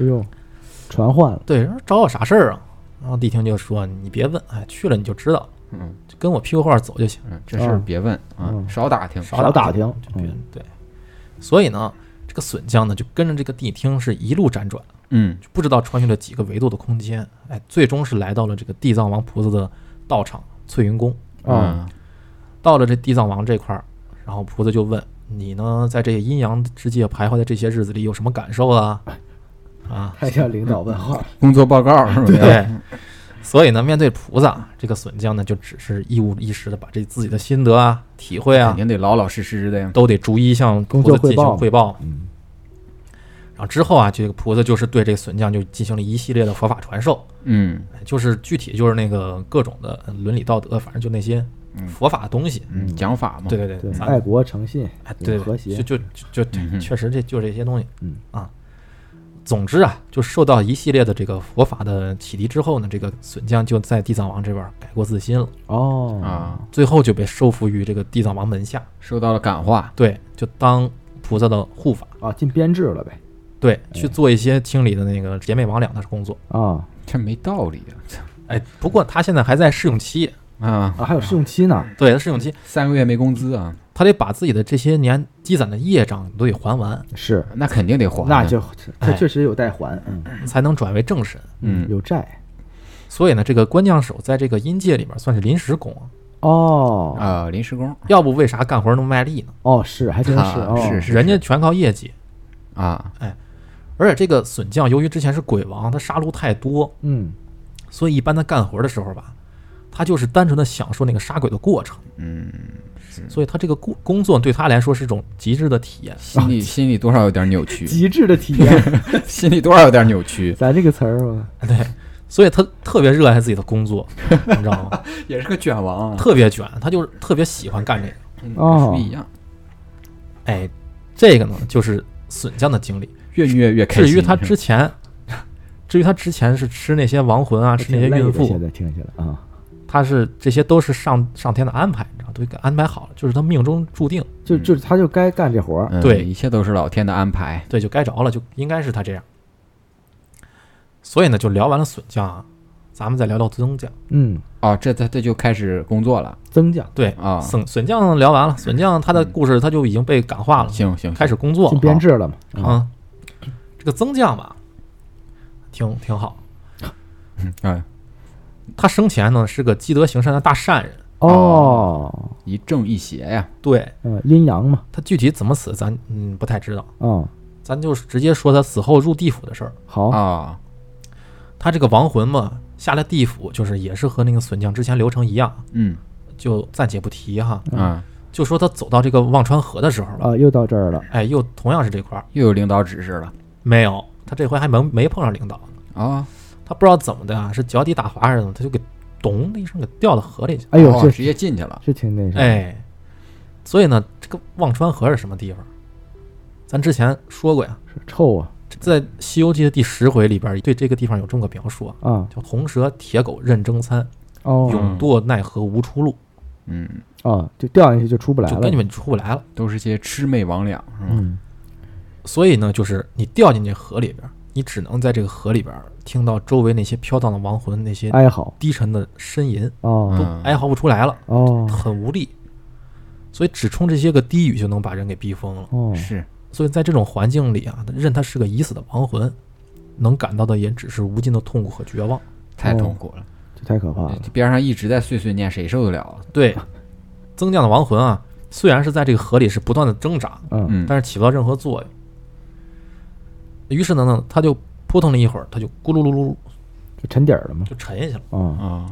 Speaker 3: 哎呦，传唤了，
Speaker 1: 对，说找我啥事儿啊？然后地听就说：“你别问，哎，去了你就知道，
Speaker 2: 嗯
Speaker 1: 就跟我屁股后边走就行。”
Speaker 2: 嗯，这事儿别问啊，
Speaker 3: 嗯
Speaker 2: 少打听，
Speaker 1: 少
Speaker 3: 少
Speaker 1: 打
Speaker 3: 打听，
Speaker 1: 别人
Speaker 3: 嗯
Speaker 1: 对，所以呢，这个笋匠呢就跟着这个地听是一路辗转，
Speaker 2: 嗯
Speaker 1: 就不知道穿越了几个维度的空间，哎，最终是来到了这个地藏王菩萨的道场翠云宫。
Speaker 3: 哦，
Speaker 2: 啊，
Speaker 1: 到了这地藏王这块儿，然后菩萨就问你呢，在这个阴阳之界徘徊的这些日子里有什么感受啊？啊，
Speaker 3: 太向领导问话，
Speaker 1: 嗯
Speaker 2: 工作报告是吧？啊
Speaker 1: 对，所以呢，面对菩萨，这个笋匠呢就只是一五一十的把这自己的心得啊、体会啊
Speaker 2: 肯，定得老老实实的呀。
Speaker 1: 都得逐一向菩
Speaker 3: 工
Speaker 1: 萨
Speaker 3: 作
Speaker 1: 进
Speaker 3: 汇报
Speaker 1: 行汇报。
Speaker 3: 嗯，
Speaker 1: 然后之后啊，这个菩萨就是对这个笋匠就进行了一系列的佛法传授，
Speaker 2: 嗯
Speaker 1: 就是具体就是那个各种的伦理道德，反正就那些
Speaker 2: 嗯
Speaker 1: 佛法的东西。
Speaker 2: 嗯，讲法嘛，
Speaker 1: 对对对，
Speaker 3: 对，
Speaker 1: 咱
Speaker 3: 爱国、诚信
Speaker 1: 嗯哎，对，
Speaker 3: 和谐
Speaker 1: 就就就就
Speaker 2: 嗯哼
Speaker 1: 确实这就这些东西，
Speaker 3: 嗯
Speaker 1: 啊，总之啊，就受到一系列的这个佛法的启迪之后呢，这个损将就在地藏王这边改过自新了，
Speaker 3: 哦
Speaker 2: 啊，
Speaker 1: 最后就被收服于这个地藏王门下，
Speaker 2: 受到了感化，
Speaker 1: 对，就当菩萨的护法，
Speaker 3: 啊，进编制了呗
Speaker 1: 对，
Speaker 3: 嗯
Speaker 1: 去做一些清理的那个姐妹魍魉的工作。
Speaker 3: 啊
Speaker 2: 这没道理
Speaker 1: 哎，不过他现在还在试用期，
Speaker 2: 啊！啊，
Speaker 3: 啊，还有试用期呢
Speaker 1: 对，他试用期，
Speaker 2: 三个月没工资啊，
Speaker 1: 他得把自己的这些年积攒的业障都得还完，
Speaker 3: 是，
Speaker 2: 那肯定得还啊。
Speaker 3: 那就他
Speaker 1: 嗯哎
Speaker 3: 确实有待还，嗯
Speaker 1: 才能转为正神。
Speaker 2: 嗯
Speaker 3: 有债
Speaker 1: 所以呢，这个关将手在这个阴界里面算是临时工啊，
Speaker 3: 哦
Speaker 2: 啊，临时工
Speaker 1: 要不为啥干活那么卖力呢？
Speaker 3: 哦，是还真是
Speaker 2: 啊
Speaker 3: 哦
Speaker 2: 是是
Speaker 1: 人家全靠业绩。
Speaker 2: 啊，
Speaker 1: 而且这个损将由于之前是鬼王，他杀戮太多，
Speaker 3: 嗯
Speaker 1: 所以一般他干活的时候吧，他就是单纯的享受那个杀鬼的过程，
Speaker 2: 嗯，
Speaker 1: 所以他这个工工作对他来说是一种极致的体验。
Speaker 2: 心里心里多少有点扭曲，
Speaker 3: 极致的体验，
Speaker 2: 心里多少有点 扭曲，
Speaker 3: 咱这个词儿嘛
Speaker 1: 对，所以他特别热爱自己的工作， 你知道吗？
Speaker 2: 也是个卷王啊，
Speaker 1: 特别卷，他就是特别喜欢干这个。
Speaker 2: 嗯
Speaker 3: 哦
Speaker 2: 不一样，
Speaker 1: 哎，这个呢，就是损将的经历。
Speaker 2: 越虐越开心。
Speaker 1: 至于他
Speaker 2: 是吧
Speaker 1: 之前，至于他之前是吃那些亡魂啊，吃那些
Speaker 3: 挺累
Speaker 1: 孕
Speaker 3: 的
Speaker 1: 妇
Speaker 3: 现，在听起来啊，
Speaker 1: 他是这些都是上上天的安排，你知道，都给安排好了，就是他命中注定，
Speaker 3: 就就是他就该干这活儿，
Speaker 2: 嗯
Speaker 1: 对
Speaker 2: 一切都是老天的安排。
Speaker 1: 对，就该着了，就应该是他这样。所以呢，就聊完了损将啊，咱们再聊聊增将。
Speaker 3: 嗯，
Speaker 2: 哦，这这这就开始工作了
Speaker 3: 增加
Speaker 1: 对，
Speaker 2: 啊。
Speaker 1: 损损将聊完了，损将他的故事他就已经被感化了，
Speaker 2: 行行，
Speaker 1: 哦开
Speaker 2: 始
Speaker 1: 始工作
Speaker 3: 进
Speaker 1: 了
Speaker 3: 编制了嘛，啊
Speaker 1: 啊。这个增将吧，挺挺好。
Speaker 2: 啊，
Speaker 1: 他生前呢是个积德行善的大善人，
Speaker 3: 哦，
Speaker 2: 一正一邪呀。
Speaker 1: 对
Speaker 3: 嗯，阴阳嘛，
Speaker 1: 他具体怎么死咱嗯不太知道，
Speaker 3: 啊，
Speaker 1: 咱就直接说他死后入地府的事儿。
Speaker 3: 好，
Speaker 2: 啊，
Speaker 1: 他这个亡魂嘛，下了地府，就是也是和那个损将之前流程一样，
Speaker 2: 嗯
Speaker 1: 就暂且不提哈。
Speaker 3: 嗯
Speaker 2: 啊，
Speaker 1: 就说他走到这个忘川河的时候了，
Speaker 3: 啊，又到这儿了，
Speaker 1: 哎，又同样是这块儿
Speaker 2: 又有领导指示了
Speaker 1: 没有，他这回还没没碰上领导，
Speaker 2: 啊。
Speaker 1: 他不知道怎么的啊，是脚底打滑还是怎么，他就给咚的一声给掉到河里去。
Speaker 3: 哎呦，
Speaker 2: 哦
Speaker 3: 这
Speaker 2: 直接进去了。
Speaker 3: 是挺那啥，
Speaker 1: 哎，所以呢，这个忘川河是什么地方？咱之前说过呀，
Speaker 3: 是臭啊
Speaker 1: 在《西游记》的第十回里边，对这个地方有这么个描述啊，
Speaker 3: 啊，
Speaker 1: 叫“红蛇铁狗任争餐，
Speaker 3: 哦
Speaker 1: 勇堕奈何无出路
Speaker 2: 嗯，
Speaker 3: 啊，就掉下去就出不”，来
Speaker 1: 就
Speaker 3: 了
Speaker 1: 根，本出不来了。
Speaker 2: 都是些魑魅魍魉，是吧？
Speaker 3: 嗯，
Speaker 1: 所以呢，就是你掉进这河里边，你只能在这个河里边听到周围那些飘荡的亡魂那些
Speaker 3: 哀嚎，
Speaker 1: 低沉的呻吟，
Speaker 3: 哦
Speaker 1: 都
Speaker 2: 嗯
Speaker 1: 哀嚎不出来了，
Speaker 3: 哦
Speaker 1: 很无力。所以只冲这些个低语就能把人给逼疯了。
Speaker 3: 哦，
Speaker 2: 是
Speaker 1: 所以在这种环境里啊，任他是个已死的亡魂，能感到的也只是无尽的痛苦和绝望。
Speaker 2: 太
Speaker 3: 哦
Speaker 2: 痛苦了。
Speaker 3: 这太可怕了，
Speaker 2: 这边上一直在碎碎念，谁受得了啊？
Speaker 1: 对，增降的亡魂啊，虽然是在这个河里是不断的挣扎，
Speaker 3: 嗯，
Speaker 2: 嗯，
Speaker 1: 但是起不到任何作用。于是呢呢，他就扑腾了一会儿，他就咕噜噜噜
Speaker 3: 就沉底儿了嘛，
Speaker 1: 就沉下去了。
Speaker 3: 啊，
Speaker 2: 啊，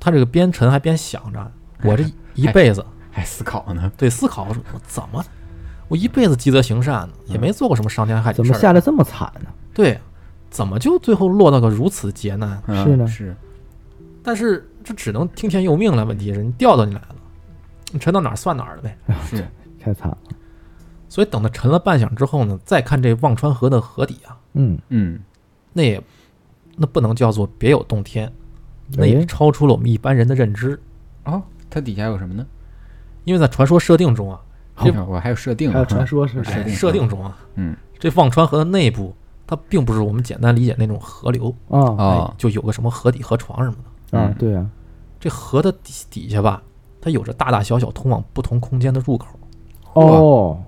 Speaker 1: 他这个边沉还边想着，
Speaker 3: 哎
Speaker 1: 我这一辈子
Speaker 2: 还思考呢。
Speaker 1: 对思考，我怎么我一辈子积德行善呢，也没做过什么伤天害理
Speaker 3: 嗯怎
Speaker 1: 的
Speaker 3: 么
Speaker 1: 事
Speaker 3: 下
Speaker 1: 儿，
Speaker 3: 得这么惨呢？
Speaker 1: 对，怎么就最后落到个如此劫难？
Speaker 2: 嗯
Speaker 3: 是呢
Speaker 2: 是
Speaker 1: 但是这只能听天由命了。问题是，你掉到你来了，你沉到哪儿算哪儿了呗。
Speaker 3: 啊
Speaker 2: 是，
Speaker 3: 太惨了，
Speaker 1: 所以等它沉了半晌之后呢，再看这忘川河的河底啊，
Speaker 3: 嗯，
Speaker 2: 嗯，
Speaker 1: 那也那不能叫做别有洞天，那也
Speaker 3: 哎
Speaker 1: 超出了我们一般人的认知。
Speaker 2: 哦，它底下有什么呢？
Speaker 1: 因为在传说设定中啊，这
Speaker 2: 哦我还有设定
Speaker 3: 还
Speaker 2: 呢
Speaker 3: 有，传说是不
Speaker 2: 设
Speaker 1: 哎
Speaker 3: 是
Speaker 2: 定
Speaker 1: 设定中啊，
Speaker 2: 嗯，
Speaker 1: 这忘川河的内部，它并不是我们简单理解那种河流，
Speaker 3: 啊
Speaker 1: 哎
Speaker 2: 哦，
Speaker 1: 就有个什么河底、河床什么的。
Speaker 3: 啊，
Speaker 2: 嗯
Speaker 3: 对啊，
Speaker 1: 这河的底底下吧，它有着大大小小通往不同空间的入口，
Speaker 3: 哦，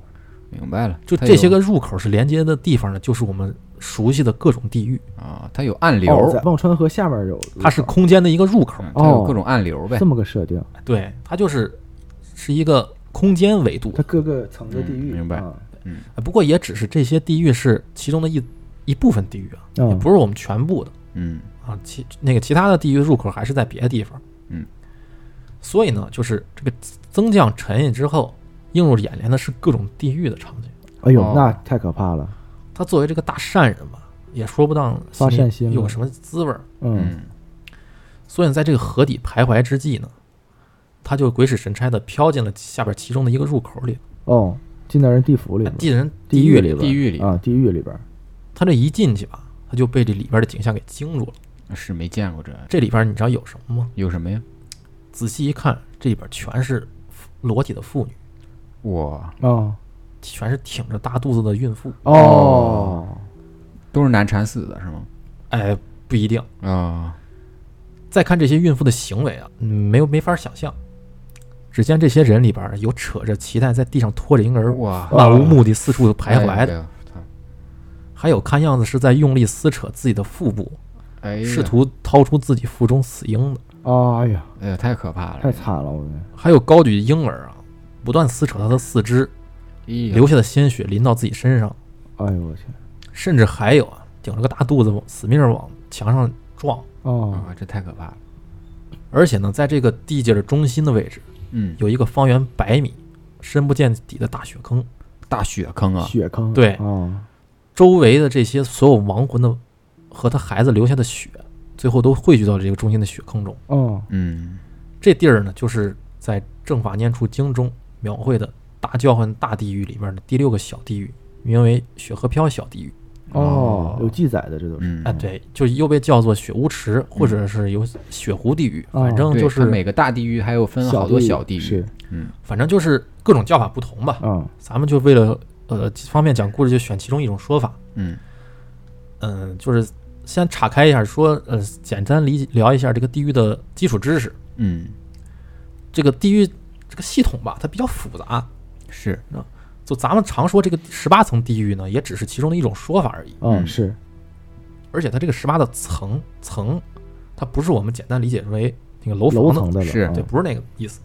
Speaker 2: 明白了，
Speaker 1: 就
Speaker 2: 它
Speaker 1: 这
Speaker 2: 有
Speaker 1: 些个入口是连接的地方呢，就是我们熟悉的各种地域，
Speaker 2: 啊，它有暗流，
Speaker 3: 哦，在忘川河下面有，
Speaker 1: 它是空间的一个入口。
Speaker 2: 嗯它有
Speaker 3: 哦
Speaker 2: 各种暗流呗
Speaker 3: 这。么个设定，
Speaker 1: 对，它就是是一个空间维度
Speaker 3: 它，各个层的地域，
Speaker 2: 嗯明白
Speaker 3: 啊
Speaker 1: 呃不过也只是这些地域是其中的一一部分地域啊，
Speaker 3: 嗯
Speaker 1: 也不是我们全部的
Speaker 2: 嗯
Speaker 1: 啊。其那个其他的地域入口还是在别的地方。
Speaker 2: 嗯，
Speaker 1: 所以呢，就是这个增降沉下之后，映入眼帘的是各种地域的场景。
Speaker 3: 哎呦
Speaker 2: 哦，
Speaker 3: 那太可怕了，
Speaker 1: 他作为这个大善人吧，也说不当
Speaker 3: 发
Speaker 1: 里
Speaker 3: 善心了
Speaker 1: 有什么滋味儿。
Speaker 3: 嗯，
Speaker 2: 嗯
Speaker 1: 所以在这个河底徘徊之际呢，他就鬼使神差的飘进了下边其中的一个入口里，
Speaker 3: 哦，进到人地府里边，
Speaker 1: 进人
Speaker 3: 地
Speaker 1: 狱
Speaker 3: 里边，
Speaker 2: 地狱里
Speaker 3: 啊，地狱里边儿，
Speaker 1: 他这一进去吧，他就被这里边的景象给惊住了。
Speaker 2: 是没见过这，
Speaker 1: 这里边你知道有什么吗？
Speaker 2: 有什么呀？
Speaker 1: 仔细一看，这里边全是裸体的妇女，
Speaker 2: 哇，
Speaker 3: 哦
Speaker 1: 全是挺着大肚子的孕妇。
Speaker 3: 哦，
Speaker 2: 都是难产死的是吗？
Speaker 1: 哎，不一定。
Speaker 2: 啊、
Speaker 1: 再看这些孕妇的行为啊，嗯没有没法想象。只见这些人里边有扯着脐带在地上拖着婴儿，
Speaker 2: 哇，
Speaker 1: 漫无目的四处徘徊
Speaker 2: 哎
Speaker 1: 的，
Speaker 2: 呀，操
Speaker 1: 还有看样子是在用力撕扯自己的腹部，
Speaker 2: 哎呀，
Speaker 1: 试图掏出自己腹中死婴的，
Speaker 3: 哦，哎呀，
Speaker 2: 哎呀，太可怕了，
Speaker 3: 太惨了，我们
Speaker 1: 还有高举婴儿啊，不断撕扯他的四肢，
Speaker 2: 流
Speaker 1: 流下的鲜血淋到自己身上，
Speaker 3: 哎呦我去，
Speaker 1: 甚至还有啊，顶着个大肚子往死命往墙上撞，
Speaker 3: 哦
Speaker 2: 啊，这太可怕了。
Speaker 1: 而且呢，在这个地界的中心的位置
Speaker 2: 嗯，
Speaker 1: 有一个方圆百米、深不见底的大雪坑，
Speaker 2: 大血坑啊，
Speaker 3: 血坑，
Speaker 1: 对
Speaker 3: 啊，
Speaker 1: 周围的这些所有亡魂的和他孩子留下的血，最后都汇聚到这个中心的血坑中。
Speaker 3: 哦
Speaker 2: 嗯，
Speaker 1: 这地儿呢，就是在《正法念处经》中描绘的大叫唤大地狱里面的第六个小地狱，名为雪河飘小地狱。
Speaker 3: 哦，有记载的，这都是，
Speaker 2: 嗯，
Speaker 1: 啊，对，就又被叫做雪屋池，或者是有雪湖地狱，反正
Speaker 2: 嗯对
Speaker 1: 就
Speaker 2: 它
Speaker 1: 是
Speaker 2: 每个大地狱还有分好多小地
Speaker 3: 是
Speaker 2: 狱，，嗯，
Speaker 1: 反正就是各种叫法不同吧。
Speaker 3: 嗯
Speaker 1: 咱们就为了呃方便讲故事，就选其中一种说法。
Speaker 2: 嗯，
Speaker 1: 嗯、就是先岔开一下说，呃，简单理解聊一下这个地狱的基础知识。
Speaker 2: 嗯，
Speaker 1: 这个地狱这个系统吧，它比较复杂。
Speaker 2: 是，
Speaker 1: 就咱们常说这个十八层地狱呢，也只是其中的一种说法而已。
Speaker 3: 嗯
Speaker 2: 嗯
Speaker 3: 是，
Speaker 1: 而且它这个十八的层层，它不是我们简单理解为那个楼
Speaker 3: 楼
Speaker 1: 房
Speaker 3: 层的了
Speaker 2: 是
Speaker 3: 啊
Speaker 1: 对，不是那个意思。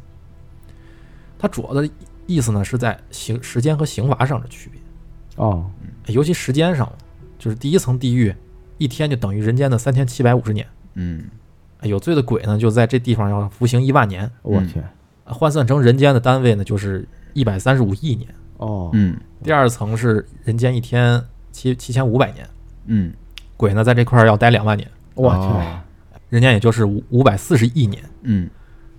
Speaker 1: 它主要的意思呢，是在刑时间和刑罚上的区别，
Speaker 3: 哦
Speaker 1: 尤其时间上，就是第一层地狱，一天就等于人间的三千七百五十年。
Speaker 2: 嗯，
Speaker 1: 有罪的鬼呢，就在这地方要服刑一万年，
Speaker 3: 我
Speaker 2: 嗯
Speaker 3: 去，
Speaker 1: 啊换算成人间的单位呢，就是一百三十五亿年。
Speaker 3: 哦
Speaker 2: 嗯，
Speaker 1: 第二层是人间一天七七千五百年，
Speaker 2: 嗯，
Speaker 1: 鬼呢在这块儿要待两万年，
Speaker 3: 我去，
Speaker 2: 哦
Speaker 1: 人间也就是五五百四十亿年。
Speaker 2: 嗯，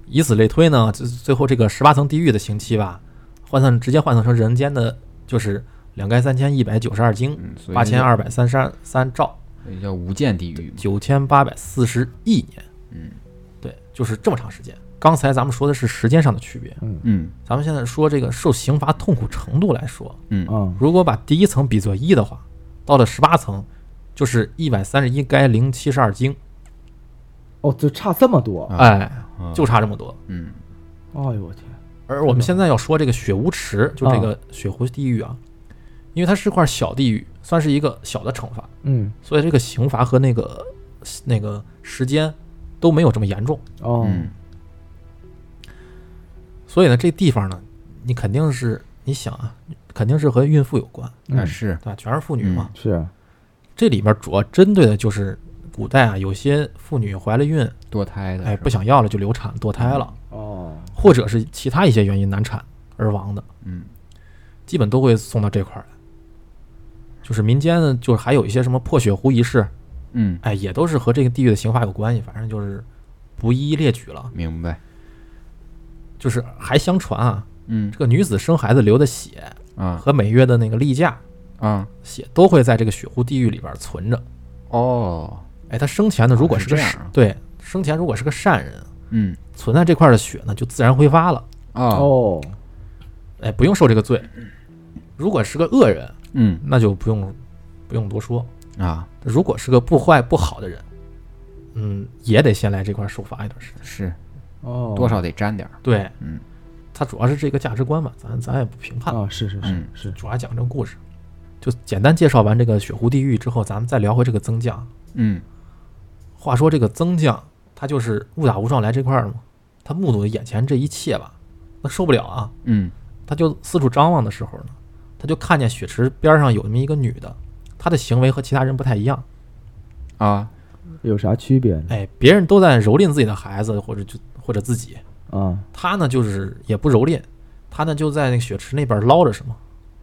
Speaker 1: 以此类推呢，最最后这个十八层地狱的刑期吧，换算直接换算成人间的，就是两该三千一百九十二经，
Speaker 2: 嗯，所以
Speaker 1: 八千二百三十三兆，
Speaker 2: 那嗯叫无间地狱嘛，
Speaker 1: 九千八百四十亿年。
Speaker 2: 嗯，
Speaker 1: 对，就是这么长时间。刚才咱们说的是时间上的区别，
Speaker 3: 嗯
Speaker 2: 嗯
Speaker 1: 咱们现在说这个受刑罚痛苦程度来说，
Speaker 2: 嗯，
Speaker 3: 啊
Speaker 1: 如果把第一层比作一的话，到了十八层就是一百三十一该零七十二经，
Speaker 3: 哦，就差这么多，
Speaker 2: 啊
Speaker 1: 哎，
Speaker 2: 啊
Speaker 1: 就差这么多。
Speaker 2: 嗯
Speaker 3: 哎呦我天，
Speaker 1: 而我们现在要说这个雪无池，就这个雪湖地狱啊，因为它是块小地狱，算是一个小的惩罚，
Speaker 3: 嗯
Speaker 1: 所以这个刑罚和那个那个时间都没有这么严重。
Speaker 3: 哦
Speaker 2: 嗯
Speaker 1: 所以呢，这地方呢，你肯定是你想啊，肯定是和孕妇有关，
Speaker 2: 那
Speaker 3: 嗯
Speaker 2: 是
Speaker 1: 对吧？全是妇女
Speaker 2: 嗯
Speaker 1: 嘛。
Speaker 3: 是
Speaker 1: 这里面主要针对的就是古代啊，有些妇女怀了孕，
Speaker 2: 多胎的，
Speaker 1: 哎，
Speaker 2: 是吧
Speaker 1: 不，想要了就流产堕胎了，
Speaker 3: 哦
Speaker 1: 或者是其他一些原因难产而亡的，
Speaker 2: 嗯
Speaker 1: 基本都会送到这块儿来。就是民间呢，就是还有一些什么破血壶仪式，
Speaker 2: 嗯，
Speaker 1: 哎，也都是和这个地域的刑法有关系，反正就是不一一列举了。
Speaker 2: 明白，
Speaker 1: 就是还相传啊，
Speaker 2: 嗯
Speaker 1: 这个女子生孩子流的血
Speaker 2: 啊
Speaker 1: 和每月的那个例假
Speaker 2: 啊，
Speaker 1: 血都会在这个血湖地狱里边存着。
Speaker 2: 哦，
Speaker 1: 哎，她生前呢，如果是个
Speaker 2: 是这样
Speaker 1: 善
Speaker 2: 啊
Speaker 1: 对生前如果是个善人，
Speaker 2: 嗯
Speaker 1: 存在这块儿的血呢，就自然挥发了，
Speaker 2: 啊，
Speaker 3: 哦
Speaker 1: 哎，不用受这个罪。如果是个恶人，
Speaker 2: 嗯
Speaker 1: 那就不用不用多说。
Speaker 2: 啊，
Speaker 1: 如果是个不坏不好的人，嗯，也得先来这块儿受罚一段时间。
Speaker 2: 是
Speaker 3: 哦，
Speaker 2: 多少得沾点儿，
Speaker 1: 对，
Speaker 2: 嗯，
Speaker 1: 他主要是这个价值观嘛，咱咱也不评判，
Speaker 3: 啊？是是是
Speaker 2: 嗯
Speaker 3: 是，
Speaker 1: 主要讲这个故事。就简单介绍完这个雪湖地狱之后，咱们再聊回这个增将。
Speaker 2: 嗯
Speaker 1: 话说这个增将，他就是误打误撞来这块儿了嘛，他目睹眼前这一切吧，那受不了啊，
Speaker 2: 嗯
Speaker 1: 他就四处张望的时候呢，他就看见雪池边上有那么一个女的，她的行为和其他人不太一样。
Speaker 2: 啊，
Speaker 3: 有啥区别呢？
Speaker 1: 哎，别人都在蹂躏自己的孩子，或者就或者自己，
Speaker 3: 啊
Speaker 1: 她呢就是也不蹂躏，她呢就在那个雪池那边捞着什么，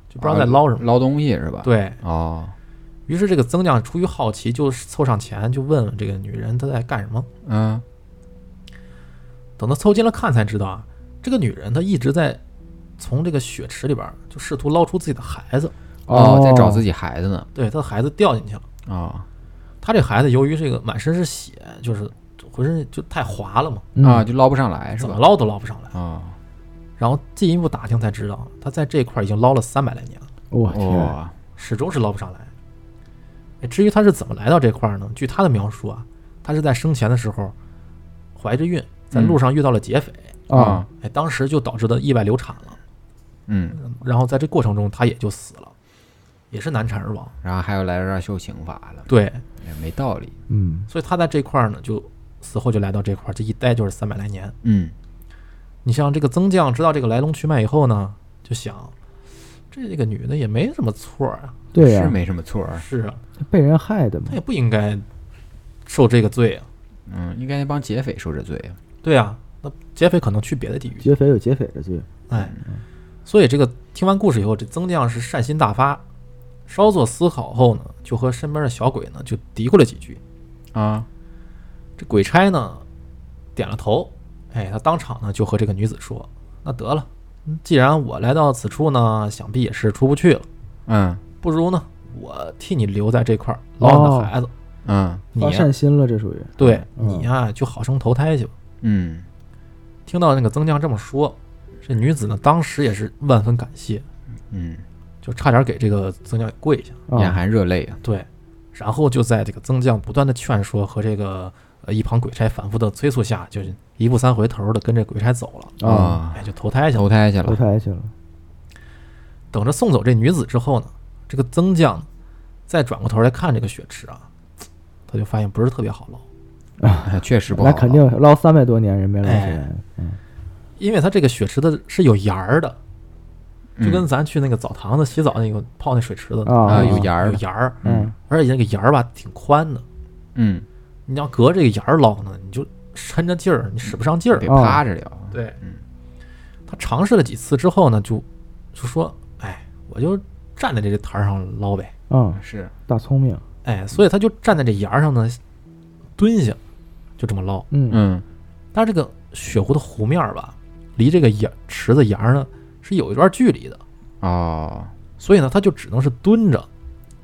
Speaker 1: 就不知道在捞什么。
Speaker 2: 啊捞东西是吧？，
Speaker 1: 对
Speaker 2: 哦，
Speaker 1: 于是，这个增将出于好奇，就凑上前就问问这个女人她在干什么。
Speaker 2: 嗯
Speaker 1: 等他凑近了看，才知道啊，这个女人她一直在从这个血池里边儿就试图捞出自己的孩子，
Speaker 2: 哦，在找自
Speaker 3: 己，
Speaker 2: 己孩子呢
Speaker 1: 对，她的孩子掉进去了。
Speaker 2: 啊
Speaker 1: 她这孩子由于这个满身是血，就是浑身就太滑了嘛，
Speaker 3: 嗯
Speaker 2: 啊，就捞不上来是
Speaker 1: 怎么
Speaker 2: 吧？
Speaker 1: 捞都捞不上来。
Speaker 2: 啊，
Speaker 1: 然后进一步打听才知道，她在这块儿已经捞了三百来年了，
Speaker 3: 我天，
Speaker 2: 哇，
Speaker 1: 始终是捞不上来。哎至于她是怎么来到这块儿呢？据她的描述啊，她是在生前的时候怀着孕，在路上遇到了劫匪，
Speaker 3: 啊，
Speaker 1: 哎，当时就导致的意外流产了。
Speaker 2: 嗯，
Speaker 1: 然后在这过程中，她也就死了，也是难产而亡。
Speaker 2: 然后还有来这儿修刑法了，
Speaker 1: 对，
Speaker 2: 也没道理，
Speaker 3: 嗯，
Speaker 1: 所以她在这块儿呢，就死后就来到这块儿，这一待就是三百来年。
Speaker 2: 嗯
Speaker 1: 你像这个曾将知道这个来龙去脉以后呢，就想，这个女的也没什么错儿啊，
Speaker 3: 对
Speaker 2: 是
Speaker 3: 呀，
Speaker 2: 没什么错儿，
Speaker 1: 是啊，
Speaker 3: 被人害的嘛
Speaker 1: 她，也不应该受这个罪啊，
Speaker 2: 嗯，应该帮劫匪受这罪啊，
Speaker 1: 对啊，那劫匪可能去别的地狱，
Speaker 3: 劫匪有劫匪的罪，
Speaker 1: 哎，所以这个听完故事以后，这曾将是善心大发，稍作思考后呢，就和身边的小鬼呢就嘀咕了几句，
Speaker 2: 啊，
Speaker 1: 这鬼差呢点了头，哎，他当场呢就和这个女子说：“那得了，嗯既然我来到此处呢，想必也是出不去了，
Speaker 2: 嗯
Speaker 1: 不如呢，我替你留在这块儿捞你的孩子，
Speaker 2: 嗯
Speaker 1: 你
Speaker 3: 发
Speaker 1: 呀、
Speaker 3: 哦善心了，这属于，
Speaker 1: 对
Speaker 3: 嗯
Speaker 1: 你呀、就好生投胎去吧。”
Speaker 2: 嗯
Speaker 1: 听到那个曾将这么说，这女子呢当时也是万分感谢，
Speaker 2: 嗯，
Speaker 1: 就差点给这个曾将跪下。
Speaker 2: 眼
Speaker 3: 啊，
Speaker 2: 含热泪啊，
Speaker 1: 对，然后就在这个曾将不断的劝说和这个呃一旁鬼差反复的催促下，就是一步三回头的跟着鬼差走了，
Speaker 3: 啊，
Speaker 1: 哎，就投胎去了。
Speaker 2: 投胎去
Speaker 3: 投
Speaker 2: 了，
Speaker 3: 胎去了，
Speaker 1: 等着送走这女子之后呢，这个曾将再转过头来看这个雪池啊，他就发现不是特别好捞，
Speaker 2: 哎确实不好
Speaker 3: 那
Speaker 2: 啊，
Speaker 3: 肯定捞三百多年人没捞起
Speaker 1: 哎
Speaker 3: 来，嗯，
Speaker 1: 因为它这个雪池的是有沿儿的，就
Speaker 2: 嗯
Speaker 1: 跟咱去那个澡堂子洗澡那个泡那水池子
Speaker 3: 啊
Speaker 1: 有
Speaker 2: 有沿儿
Speaker 1: 有
Speaker 2: 的
Speaker 1: 沿儿，
Speaker 3: 嗯，
Speaker 1: 而且那个沿儿吧挺宽的，
Speaker 2: 嗯，
Speaker 1: 你要隔这个沿儿捞呢，你就抻着劲儿，你使不上劲儿
Speaker 2: 得。
Speaker 3: 啊
Speaker 2: 趴着聊，
Speaker 1: 对
Speaker 2: 嗯，
Speaker 1: 他尝试了几次之后呢，就就说，哎，我就站在这个台儿上捞呗，
Speaker 3: 啊，
Speaker 2: 是，
Speaker 3: 大聪明，
Speaker 1: 哎，所以他就站在这沿儿上呢，蹲下，就这么捞。
Speaker 3: 嗯，
Speaker 2: 嗯
Speaker 1: 但是这个雪湖的湖面儿吧，离这个沿池子沿儿呢是有一段距离的，
Speaker 2: 哦，
Speaker 1: 所以呢，他就只能是蹲着，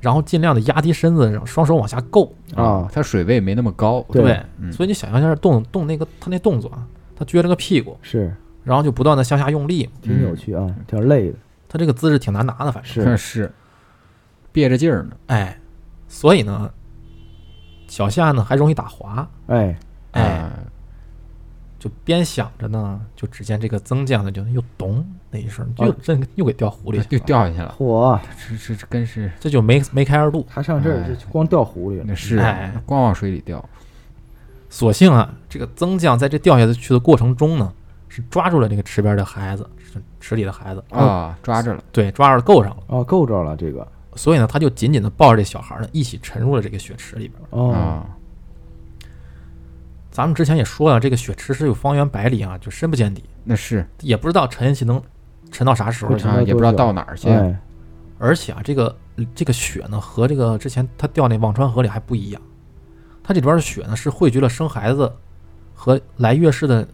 Speaker 1: 然后尽量的压低身子，让双手往下够。
Speaker 3: 啊
Speaker 2: 它水位没那么高，
Speaker 3: 对
Speaker 2: 嗯
Speaker 1: 所以你想象一下动动那个他那动作啊，他撅着个屁股，
Speaker 3: 是
Speaker 1: 然后就不断的向下用力，
Speaker 3: 挺有趣啊，挺累的，
Speaker 1: 他这个姿势挺难拿的，反正
Speaker 3: 是
Speaker 2: 是憋着劲儿呢，
Speaker 1: 哎，所以呢，脚下呢还容易打滑，
Speaker 3: 哎，
Speaker 1: 哎，
Speaker 2: 啊
Speaker 1: 就边想着呢，就只见这个曾将呢就又咚那一声，
Speaker 3: 啊
Speaker 1: 又真又给掉湖 里去了，
Speaker 2: 又掉下去了，
Speaker 3: 嚯，
Speaker 2: 这这这真是
Speaker 1: 这就没没开二度。
Speaker 3: 他上这儿
Speaker 2: 哎
Speaker 3: 就光掉湖里了
Speaker 2: 那，是
Speaker 1: 哎
Speaker 2: 光往水里掉，
Speaker 1: 所幸啊，这个曾将在这掉下去的过程中呢，是抓住了这个池边的孩子，池池里的孩子，
Speaker 2: 啊，抓着了，
Speaker 1: 对，抓住了够上了。
Speaker 3: 哦，够着了这个，
Speaker 1: 所以呢，他就紧紧的抱着这小孩呢，一起沉入了这个雪池里边。
Speaker 3: 哦，
Speaker 2: 啊，
Speaker 1: 咱们之前也说了，这个雪池是有方圆百里啊，就深不见底，
Speaker 2: 那是
Speaker 1: 也不知道沉下去能沉到啥时候
Speaker 3: 会
Speaker 1: 去。
Speaker 3: 沉
Speaker 2: 啊，
Speaker 3: 了
Speaker 2: 也不
Speaker 3: 多
Speaker 2: 知道
Speaker 3: 久
Speaker 2: 到哪儿去，
Speaker 3: 哎，
Speaker 1: 而且啊，这个这个雪呢，和这个之前他掉那忘川河里还不一样，它这里边的雪呢是汇聚了生孩子和来月事的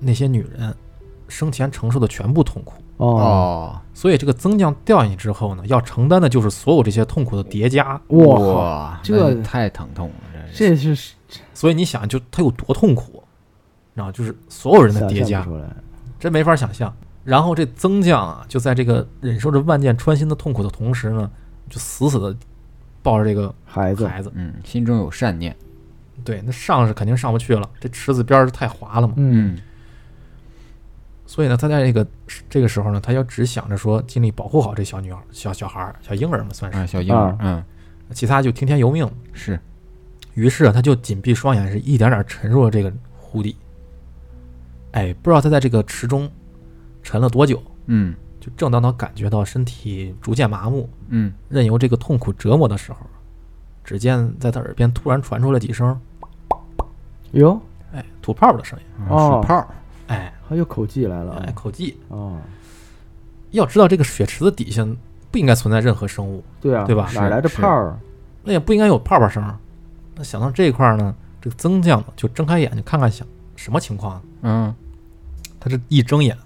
Speaker 1: 那些女人生前承受的全部痛苦。
Speaker 3: 哦，
Speaker 2: 哦，
Speaker 1: 所以这个曾将掉进去之后呢，要承担的就是所有这些痛苦的叠加。
Speaker 3: 我靠，
Speaker 2: 哇，
Speaker 3: 这
Speaker 2: 那就太疼痛了，这
Speaker 3: 这是
Speaker 1: 所以你想，就他有多痛苦，然后就是所有人的叠
Speaker 3: 想象
Speaker 1: 加
Speaker 3: 不，出来，
Speaker 1: 真没法想象。然后这曾将啊，就在这个忍受着万箭穿心的痛苦的同时呢，就死死的抱着这个
Speaker 3: 孩子，
Speaker 1: 孩子。
Speaker 2: 嗯，心中有善念，
Speaker 1: 对，那上是肯定上不去了，这池子边儿太滑了嘛。
Speaker 3: 嗯，
Speaker 2: 嗯
Speaker 1: 所以呢，他在这个这个时候呢，他要只想着说尽力保护好这小女儿、小小孩儿、小婴儿嘛，算
Speaker 2: 啊，
Speaker 1: 是，
Speaker 2: 小婴儿
Speaker 3: 啊，
Speaker 2: 嗯，
Speaker 1: 其他就听天由命。
Speaker 2: 是，
Speaker 1: 于是啊，他就紧闭双眼，是一点点沉入了这个湖底。哎，不知道他在这个池中沉了多久，
Speaker 2: 嗯
Speaker 1: 就正当他感觉到身体逐渐麻木，
Speaker 2: 嗯，
Speaker 1: 任由这个痛苦折磨的时候，只见在他耳边突然传出了几声
Speaker 3: 哟，
Speaker 1: 哎吐泡的声音，
Speaker 2: 啊
Speaker 3: 哦
Speaker 2: 水泡儿，
Speaker 1: 哎
Speaker 3: 还有口技来了
Speaker 1: 哎
Speaker 3: 啊，
Speaker 1: 口技。
Speaker 3: 哦，
Speaker 1: 要知道，这个血池子底下不应该存在任何生物，
Speaker 3: 对啊，
Speaker 1: 对吧
Speaker 3: 哪来的
Speaker 2: 是是
Speaker 3: 泡儿？
Speaker 1: 那也不应该有泡泡声。那想到这一块儿呢，这个曾将就睁开眼睛看看想什么情况，
Speaker 2: 嗯
Speaker 1: 他这一睁眼，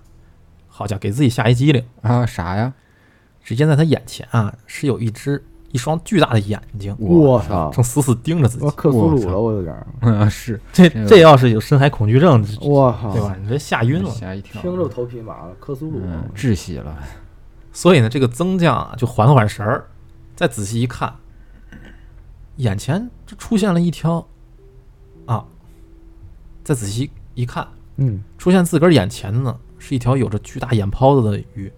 Speaker 1: 好家伙，给自己吓一激灵。
Speaker 2: 啊，啥呀？
Speaker 1: 只见在他眼前啊，是有一只一双巨大的眼睛，
Speaker 3: 我操！
Speaker 1: 正死死盯着自己
Speaker 3: 我。克苏鲁了，我有点儿，
Speaker 2: 啊，是
Speaker 1: 这
Speaker 2: 这个
Speaker 1: 这要是有深海恐惧症，这
Speaker 3: 我靠！
Speaker 1: 对吧？你这啊吓晕了。
Speaker 2: 吓一跳，
Speaker 3: 听着我头皮麻了，克苏鲁，
Speaker 2: 嗯，窒息了，
Speaker 1: 所以呢，这个曾将啊就缓缓神儿，再仔细一看，眼前就出现了一条啊，再仔细一看，
Speaker 3: 嗯，
Speaker 1: 出现自个儿眼前的呢是一条有着巨大眼泡子的鱼，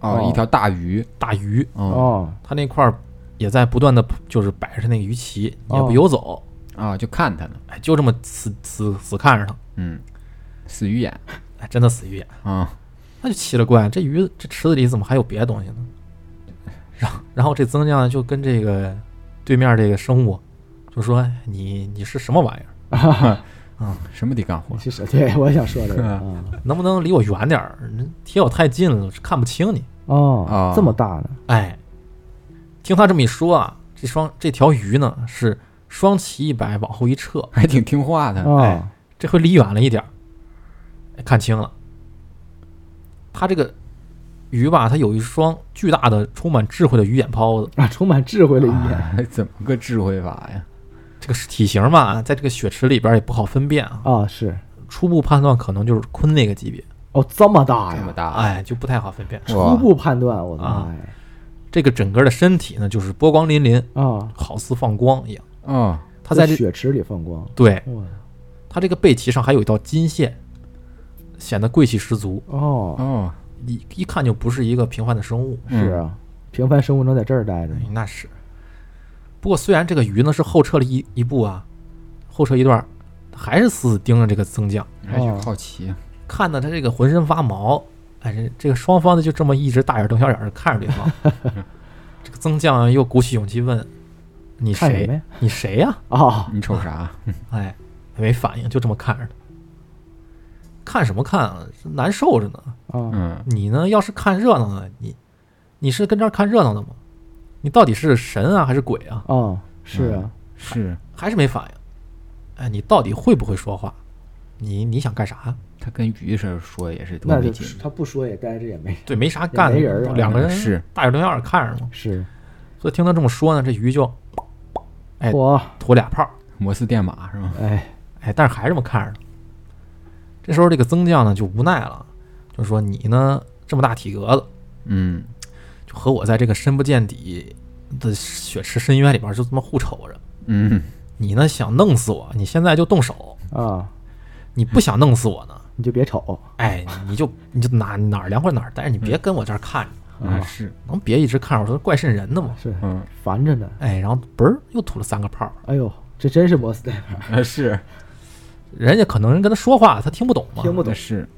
Speaker 2: 哦，
Speaker 3: 哦
Speaker 2: 一条大鱼，
Speaker 1: 大鱼，
Speaker 2: 哦
Speaker 3: 哦，
Speaker 1: 它那块儿也在不断的就是摆着那个鱼鳍，也不
Speaker 3: 哦
Speaker 1: 游走，
Speaker 2: 啊，就看它呢，
Speaker 1: 哎，就这么死死死看着它，
Speaker 2: 嗯，死鱼眼
Speaker 1: 哎，真的死鱼眼，
Speaker 2: 啊，
Speaker 1: 那就奇了怪，这鱼这池子里怎么还有别的东西呢？然后然后这曾将就跟这个对面这个生物就说：“哎你你是什么玩意儿？
Speaker 2: 什么得干活
Speaker 3: 你，去对，我也想说这个啊，
Speaker 1: 能不能离我远点儿？你贴我太近了，我是看不清你。
Speaker 3: 哦
Speaker 2: 啊，
Speaker 3: 这么大呢，”
Speaker 1: 哎，听他这么一说啊，这双这条鱼呢是双鳍一摆往后一撤，
Speaker 2: 还挺听话的， 哎，
Speaker 3: 啊，
Speaker 1: 这回离远了一点儿，哎看清了。它这个鱼吧，它有一双巨大的、充满智慧的鱼眼泡子。
Speaker 3: 啊，充满智慧的一眼，
Speaker 2: 哎怎么个智慧法呀？
Speaker 1: 这个体型嘛，在这个血池里边也不好分辨啊。
Speaker 3: 啊，是，
Speaker 1: 初步判断可能就是鲲那个级别，
Speaker 3: 哦，这么大
Speaker 2: 这么
Speaker 3: 呀，
Speaker 2: 大，
Speaker 1: 哎，就不太好分辨。
Speaker 3: 初步判断，我的妈呀，
Speaker 1: 这个整个的身体呢，就是波光粼粼，
Speaker 3: 啊，
Speaker 1: 好似放光一样。
Speaker 2: 哦，
Speaker 1: 它在这
Speaker 3: 血池里放光，
Speaker 1: 对
Speaker 3: 哇，
Speaker 1: 它这个背鳍上还有一道金线，显得贵气十足。
Speaker 3: 哦，
Speaker 2: 哦，
Speaker 1: 一一看就不是一个平凡的生物。
Speaker 2: 嗯
Speaker 3: 是啊，平凡生物能在这儿待着
Speaker 1: 哎
Speaker 3: 吗？
Speaker 1: 那是。不过虽然这个鱼呢是后撤了一一步啊，后撤一段儿，它还是死死盯着这个曾将，
Speaker 2: 还
Speaker 3: 哦
Speaker 2: 挺好奇，
Speaker 1: 看的他这个浑身发毛。哎，这这个双方呢就这么一直大眼瞪小眼的看着对方。 这个曾将又鼓起勇气问：“你
Speaker 3: 看什么
Speaker 1: 谁？
Speaker 3: 呀？
Speaker 1: 你谁呀、
Speaker 3: 啊，
Speaker 2: 你瞅啥？
Speaker 1: 哎，没反应，就这么看着他。看什么看啊？难受着呢。
Speaker 3: 啊，
Speaker 2: 嗯，
Speaker 1: 你呢？要是看热闹呢？你你是跟这儿看热闹的吗？你到底是神啊还是鬼啊？
Speaker 3: 啊，是啊，
Speaker 2: 是
Speaker 1: 还是没反应。哎，你到底会不会说话？你你想干啥？
Speaker 2: 他跟鱼似说也是多
Speaker 3: 那
Speaker 2: 没
Speaker 3: 就
Speaker 2: 劲
Speaker 3: 是，他不说也待着也没
Speaker 1: 对，没啥干的，
Speaker 3: 也没人啊
Speaker 1: 两个人
Speaker 2: 是
Speaker 1: 大眼瞪小眼看着嘛。
Speaker 3: 是，
Speaker 1: 所以听他这么说呢，这鱼就哎
Speaker 3: 嚯，
Speaker 1: 吐俩泡儿，
Speaker 2: 摩斯电码是吗？
Speaker 3: 哎，
Speaker 1: 哎，但是还这么看着呢。这时候这个曾将呢就无奈了，就说你呢这么大体格子，
Speaker 2: 嗯，
Speaker 1: 就和我在这个深不见底的血池深渊里边就这么互瞅着。
Speaker 2: 嗯，
Speaker 1: 你呢想弄死我，你现在就动手；
Speaker 3: 啊，
Speaker 1: 你不想弄死我呢，
Speaker 3: 你就别瞅，
Speaker 1: 哎，你就你就哪哪儿凉快哪儿待着，你别跟我这儿看着。
Speaker 2: 啊是，
Speaker 1: 能别一直看着我说怪瘆人的吗？
Speaker 3: 是
Speaker 2: 嗯，
Speaker 3: 烦着呢，
Speaker 1: 哎，然后嘣儿又吐了三个泡儿，
Speaker 3: 哎呦，这真是摩斯代码，
Speaker 2: 啊是，
Speaker 1: 人家可能跟他说话他听不懂嘛，
Speaker 3: 听不懂
Speaker 2: 啊是，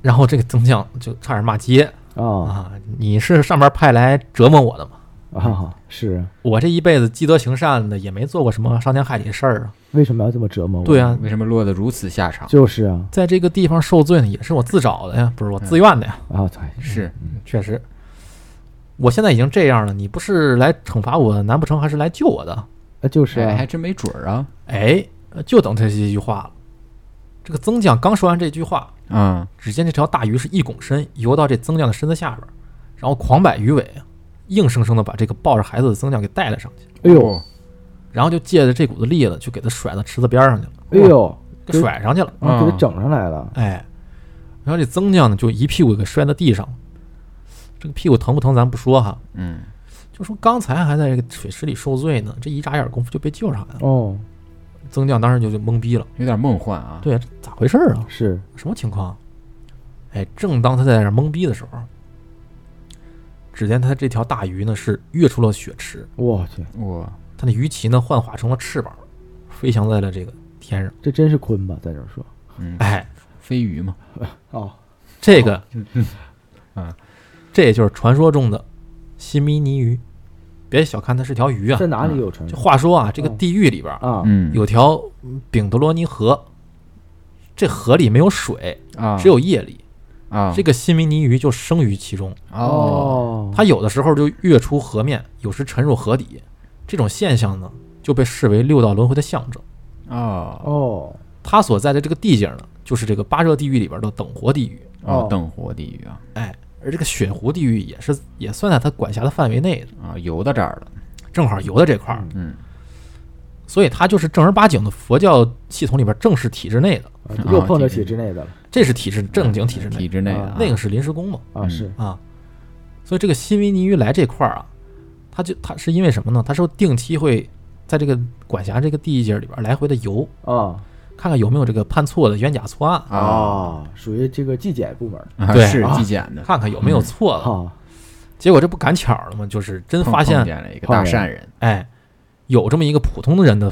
Speaker 1: 然后这个曾将就差点骂街
Speaker 3: 啊
Speaker 1: 啊！你是上面派来折磨我的吗？
Speaker 3: 啊，是啊，
Speaker 1: 我这一辈子积德行善的，也没做过什么伤天害理的事儿啊。
Speaker 3: 为什么要这么折磨我？
Speaker 1: 对，啊，
Speaker 2: 为什么落得如此下场？
Speaker 3: 就是啊，
Speaker 1: 在这个地方受罪呢，也是我自找的呀，不是我自愿的呀。
Speaker 3: 啊，对，
Speaker 2: 是，
Speaker 1: 确实，我现在已经这样了，你不是来惩罚我，难不成还是来救我的？
Speaker 3: 啊，就是
Speaker 2: 哎，还
Speaker 3: 啊，
Speaker 2: 真没准儿啊，
Speaker 1: 哎，就等这一句话了。这个曾将刚说完这句话，
Speaker 2: 啊，
Speaker 1: 只见这条大鱼是一拱身游到这曾将的身子下边儿，然后狂摆鱼尾，啊硬生生的把这个抱着孩子的曾将给带了上去，
Speaker 3: 哎
Speaker 2: 哦
Speaker 3: 呦，
Speaker 1: 然后就借着这股子力了，就给他甩到池子边上去了，
Speaker 3: 哎呦，
Speaker 1: 给甩上去了。
Speaker 3: 啊，给
Speaker 2: 嗯
Speaker 3: 他整上来了，
Speaker 1: 哎，然后这曾将呢就一屁股给摔到地上了。这个屁股疼不疼咱不说哈，
Speaker 2: 嗯，
Speaker 1: 就说刚才还在这个水池里受罪呢，这一眨眼功夫就被救上来了。
Speaker 3: 哦，
Speaker 1: 曾将当时就就懵逼了，
Speaker 2: 有点梦幻啊，
Speaker 1: 对，这咋回事儿啊？
Speaker 3: 是，
Speaker 1: 什么情况？哎，正当他在那儿懵逼的时候，只见他这条大鱼呢是跃出了血池，
Speaker 3: 我去，
Speaker 2: 我
Speaker 1: 它的鱼鳍呢幻化成了翅膀，飞翔在了这个天上。
Speaker 3: 这真是鲲吧，在这儿说，
Speaker 2: 嗯，
Speaker 1: 哎，
Speaker 2: 飞鱼嘛，
Speaker 3: 哦，
Speaker 1: 这个，
Speaker 2: 嗯，
Speaker 1: 这也就是传说中的西米尼鱼。别小看它是条鱼啊
Speaker 3: 在！哪里有传
Speaker 1: 这
Speaker 3: 说
Speaker 1: 话说啊，这个
Speaker 3: 嗯
Speaker 1: 地狱里边儿
Speaker 3: 啊？
Speaker 2: 嗯，
Speaker 1: 有条嗯丙德罗尼河，这河里没有水，
Speaker 2: 啊，
Speaker 1: 只有叶里。
Speaker 2: 啊，
Speaker 1: 这个西米尼鱼就生于其中，
Speaker 2: 哦，
Speaker 1: 它有的时候就跃出河面，有时沉入河底。这种现象呢，就被视为六道轮回的象征。
Speaker 2: 哦，
Speaker 3: 哦，
Speaker 1: 它所在的这个地界呢，就是这个八热地狱里边的等活地狱。哎
Speaker 3: 哦
Speaker 4: 等活地狱啊
Speaker 1: 而这个血湖地狱也是也算在它管辖的范围内的，
Speaker 4: 啊，游到这儿了，
Speaker 1: 正好游在这块儿，
Speaker 4: 嗯，
Speaker 1: 所以它就是正儿八经的佛教系统里边正式体制内的，
Speaker 3: 啊
Speaker 4: 啊
Speaker 3: 又碰到
Speaker 4: 体制
Speaker 3: 体制内的了
Speaker 1: 这是体制正经体制内
Speaker 4: 体，制内
Speaker 3: 啊
Speaker 4: 的
Speaker 1: 那个是临时工嘛
Speaker 3: 啊，
Speaker 4: 嗯
Speaker 3: 是
Speaker 1: 啊。所以这个新维尼于来这块儿啊，他就他是因为什么呢？他说定期会在这个管辖这个地界里边来回的游，
Speaker 3: 啊
Speaker 1: 看看有没有这个判错的冤假错案，
Speaker 4: 啊，
Speaker 3: 啊，属于这个纪检部门儿
Speaker 4: 啊
Speaker 1: 对
Speaker 4: 是
Speaker 3: 啊
Speaker 4: 纪检的，
Speaker 1: 看看有没有错的。
Speaker 4: 哦
Speaker 3: 啊
Speaker 1: 结果这不赶巧了吗？就是真
Speaker 4: 碰
Speaker 1: 发现
Speaker 4: 碰见了一个大善人，
Speaker 1: 哎，有这么一个普通人的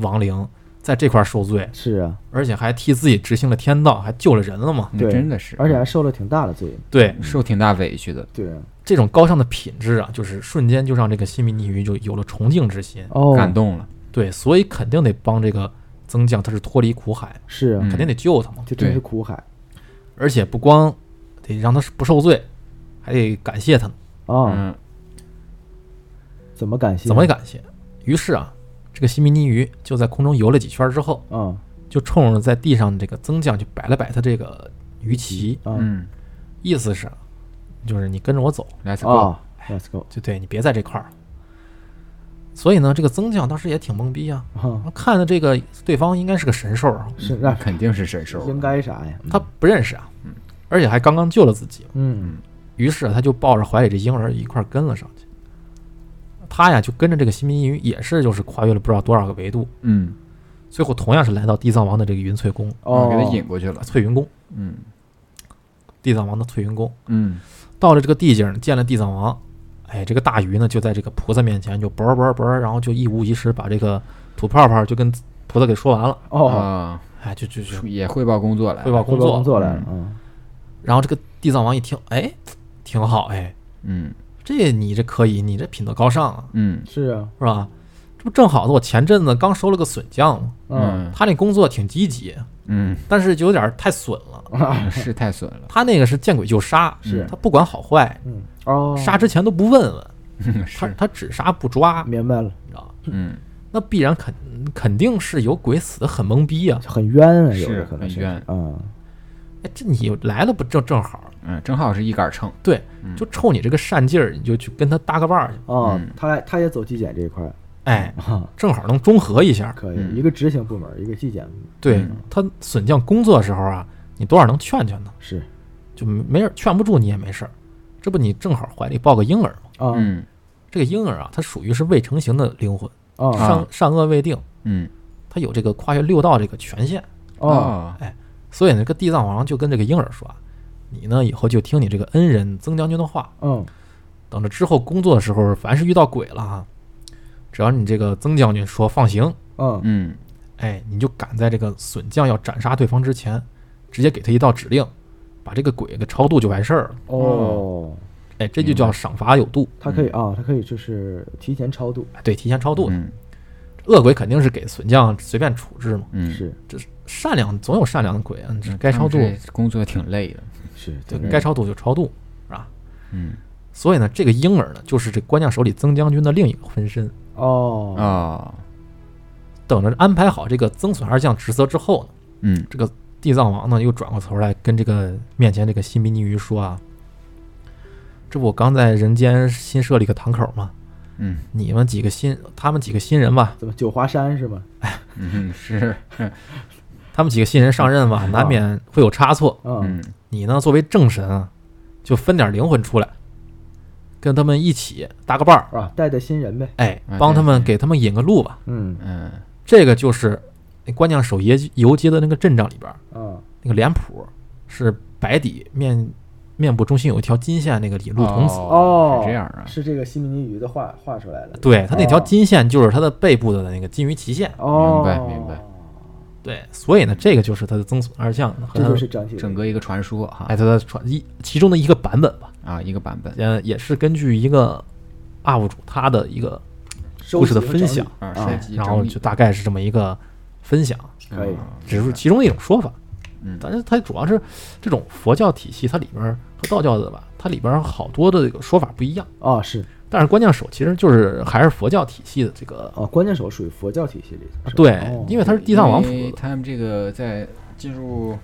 Speaker 1: 亡灵在这块儿受罪，
Speaker 3: 是啊，
Speaker 1: 而且还替自己执行了天道，还救了人了嘛？
Speaker 4: 那
Speaker 3: 对
Speaker 4: 真的是，嗯
Speaker 3: 而且还受了挺大的罪，
Speaker 1: 对，
Speaker 4: 受挺大委屈的，
Speaker 3: 对
Speaker 1: 这种高尚的品质啊，就是瞬间就让这个西米尼鱼就有了崇敬之心。
Speaker 3: 哦，
Speaker 4: 感动了，
Speaker 1: 对，所以肯定得帮这个增将，他是脱离苦海，
Speaker 3: 是啊
Speaker 4: 嗯
Speaker 1: 肯定得救他嘛。
Speaker 3: 这真
Speaker 4: 对
Speaker 3: 是苦海
Speaker 1: 而且不光得让他不受罪，还得感谢他呢。
Speaker 3: 啊，
Speaker 4: 嗯，
Speaker 3: 怎么感谢？
Speaker 1: 怎么感谢？于是啊，这个西米尼鱼就在空中游了几圈之后，
Speaker 3: 啊
Speaker 1: 就冲着在地上这个增将就摆了摆他这个鱼鳍，
Speaker 3: 啊
Speaker 4: 嗯
Speaker 1: 意思是，啊就是你跟着我走，
Speaker 4: ，Let's go，
Speaker 3: 啊，Let's go
Speaker 1: 就对你别在这块儿。所以呢，这个增将当时也挺懵逼啊，
Speaker 3: 啊，
Speaker 1: 看的这个对方应该是个神兽啊，
Speaker 3: 是那
Speaker 4: 肯定是神兽，
Speaker 3: 应该啥呀？
Speaker 1: 他不认识啊，而且还刚刚救了自己，
Speaker 3: 嗯
Speaker 1: 于是啊他就抱着怀里这婴儿一块儿跟了上去。他呀就跟着这个新民鱼，也是就是跨越了不知道多少个维度，
Speaker 4: 嗯，啊
Speaker 1: 最后同样是来到地藏王的这个云翠宫，
Speaker 3: 哦，
Speaker 4: 给他引过去了，
Speaker 1: 翠云宫，
Speaker 4: 嗯
Speaker 1: 地藏王的翠云宫。
Speaker 4: 嗯，
Speaker 1: 到了这个地界儿呢，见了地藏王，哎，这个大鱼呢就在这个菩萨面前就啵儿啵儿啵儿，然后就一五一十把这个吐泡泡就跟菩萨给说完了，
Speaker 3: 哦，
Speaker 4: 啊，
Speaker 1: 哎，就就就
Speaker 4: 也汇报工作嗯来
Speaker 1: 汇，报
Speaker 3: 汇
Speaker 1: 工
Speaker 3: 报
Speaker 1: 作。
Speaker 3: 工作来了啊，
Speaker 1: 然后这个地藏王一听，哎，挺好，哎，
Speaker 4: 嗯
Speaker 1: 这你这可以，你这品德高尚啊，
Speaker 4: 嗯
Speaker 3: 是啊，
Speaker 1: 是吧？这不正好的，我前阵子刚收了个损将嘛，
Speaker 3: 嗯
Speaker 4: 嗯
Speaker 1: 他那工作挺积极，
Speaker 4: 嗯，
Speaker 1: 但是就有点儿太损了。
Speaker 3: 啊
Speaker 4: 是太损了，
Speaker 1: 他那个是见鬼就杀，
Speaker 3: 嗯是
Speaker 1: 他不管好坏，
Speaker 3: 嗯哦，
Speaker 1: 杀之前都不问问，他
Speaker 4: 是，
Speaker 1: 他只杀不抓，你
Speaker 3: 明白了，
Speaker 1: 知道吧？
Speaker 4: 嗯，
Speaker 1: 那必然肯肯定是有鬼死的很懵逼啊！
Speaker 3: 很冤啊，有
Speaker 4: 是
Speaker 3: 的可能
Speaker 4: 很
Speaker 3: 是
Speaker 4: 冤
Speaker 3: 啊，
Speaker 1: 哎，这你来了不正正好？
Speaker 4: 嗯，正好是一杆秤，
Speaker 1: 对，
Speaker 4: 嗯
Speaker 1: 就冲你这个善劲儿，你就去跟他搭个伴儿去，
Speaker 3: 哦
Speaker 4: 嗯，
Speaker 3: 他来他也走纪检这一块儿
Speaker 1: 哎，
Speaker 3: 啊，
Speaker 1: 正好能中和一下。
Speaker 3: 可以，
Speaker 4: 嗯
Speaker 3: 一个执行部门，一个纪检部门，
Speaker 1: 对
Speaker 4: 嗯
Speaker 1: 他损将工作的时候啊，你多少能劝劝他，
Speaker 3: 是
Speaker 1: 就没人劝不住你也没事儿。这不你正好怀里抱个婴儿吗？
Speaker 3: 啊
Speaker 4: 嗯
Speaker 1: 这个婴儿啊，他属于是未成型的灵魂，
Speaker 3: 啊
Speaker 4: 啊
Speaker 1: 善善恶未定，
Speaker 4: 嗯，
Speaker 1: 他有这个跨越六道这个权限。
Speaker 2: 啊
Speaker 3: 哦，
Speaker 4: 哦，
Speaker 1: 所以呢，这个地藏王就跟这个婴儿说啊：“你呢以后就听你这个恩人曾将军的话，
Speaker 3: 嗯
Speaker 1: 等着之后工作的时候，凡是遇到鬼了啊，只要你这个曾将军说放行，
Speaker 3: 嗯
Speaker 4: 嗯
Speaker 1: 哎，你就赶在这个损将要斩杀对方之前，直接给他一道指令，把这个鬼给超度就完事儿了。
Speaker 3: 哦，
Speaker 1: 哎，这就
Speaker 4: 明白
Speaker 1: 叫赏罚有度。
Speaker 3: 他可以啊，他可以就是提前超度，
Speaker 1: 哎对，提前超度的
Speaker 4: 嗯
Speaker 1: 恶鬼肯定是给损将随便处置嘛。
Speaker 4: 嗯，
Speaker 3: 是
Speaker 1: 善良总有善良的鬼啊，这
Speaker 4: 嗯
Speaker 1: 该超度
Speaker 4: 他们这工作挺累的，
Speaker 3: 是，
Speaker 1: 就
Speaker 3: 对对
Speaker 1: 该超度就超度，是吧？
Speaker 4: 嗯
Speaker 1: 所以呢，这个婴儿呢，就是这关将手里曾将军的另一个分身。
Speaker 2: 啊
Speaker 3: 哦
Speaker 4: 哦，
Speaker 1: 等着安排好这个曾损二将职责之后呢，
Speaker 4: 嗯
Speaker 1: 这个地藏王呢又转过头来跟这个面前这个新比尼鱼说啊：“这不我刚在人间新设了一个堂口吗？
Speaker 4: 嗯
Speaker 1: 你们几个新，他们几个新人吧，
Speaker 3: 怎么九华山是吗？
Speaker 4: 嗯是，
Speaker 1: 他们几个新人上任吧，难免会有差错。
Speaker 3: 嗯
Speaker 4: 嗯
Speaker 1: 你呢作为正神啊，就分点灵魂出来，跟他们一起搭个伴儿，
Speaker 3: 啊，带带新人呗，
Speaker 1: 哎
Speaker 4: 啊，
Speaker 1: 帮他们
Speaker 4: 对
Speaker 1: 给他们引个路吧。
Speaker 3: 嗯
Speaker 4: 嗯
Speaker 1: 这个就是那关将守爷游街的那个阵仗里边儿。”
Speaker 3: 啊
Speaker 1: 那个脸谱是白底面面部中心有一条金线，那个李路童子，
Speaker 3: 哦，
Speaker 4: 是这样啊，
Speaker 3: 是这个西米尼鱼的画画出来的，
Speaker 1: 对他那条金线就是他的背部的那个金鱼鳍线，
Speaker 3: 哦，
Speaker 4: 明白明白，
Speaker 1: 对，所以呢，这个就是他的曾孙二将和
Speaker 3: 这
Speaker 1: 他
Speaker 3: 就是整体的
Speaker 4: 整个一个传说哈
Speaker 1: 哎他的传一其中的一个版本吧，
Speaker 4: 啊一个版本
Speaker 1: 呃，也是根据一个 UP 主他的一个
Speaker 3: 收
Speaker 1: 故事的
Speaker 3: 集和
Speaker 1: 分
Speaker 3: 整理
Speaker 1: 享，
Speaker 4: 啊
Speaker 3: 啊
Speaker 4: 设计
Speaker 1: 然后就大概是这么一个分享，
Speaker 3: 可以
Speaker 2: 啊
Speaker 1: 只是其中一种说法。
Speaker 4: 嗯
Speaker 1: 但是它主要是这种佛教体系，它里边儿和道教的吧，它里边儿好多的这个说法不一样。
Speaker 3: 啊，是
Speaker 1: 但是关将手其实就是还是佛教体系的这个，
Speaker 3: 哦啊，关键手属于佛教体系里头，是吧
Speaker 1: 对
Speaker 3: 哦，
Speaker 1: 因为他是地藏王
Speaker 4: 因为
Speaker 1: 菩萨，
Speaker 4: 他们这个在
Speaker 2: 进入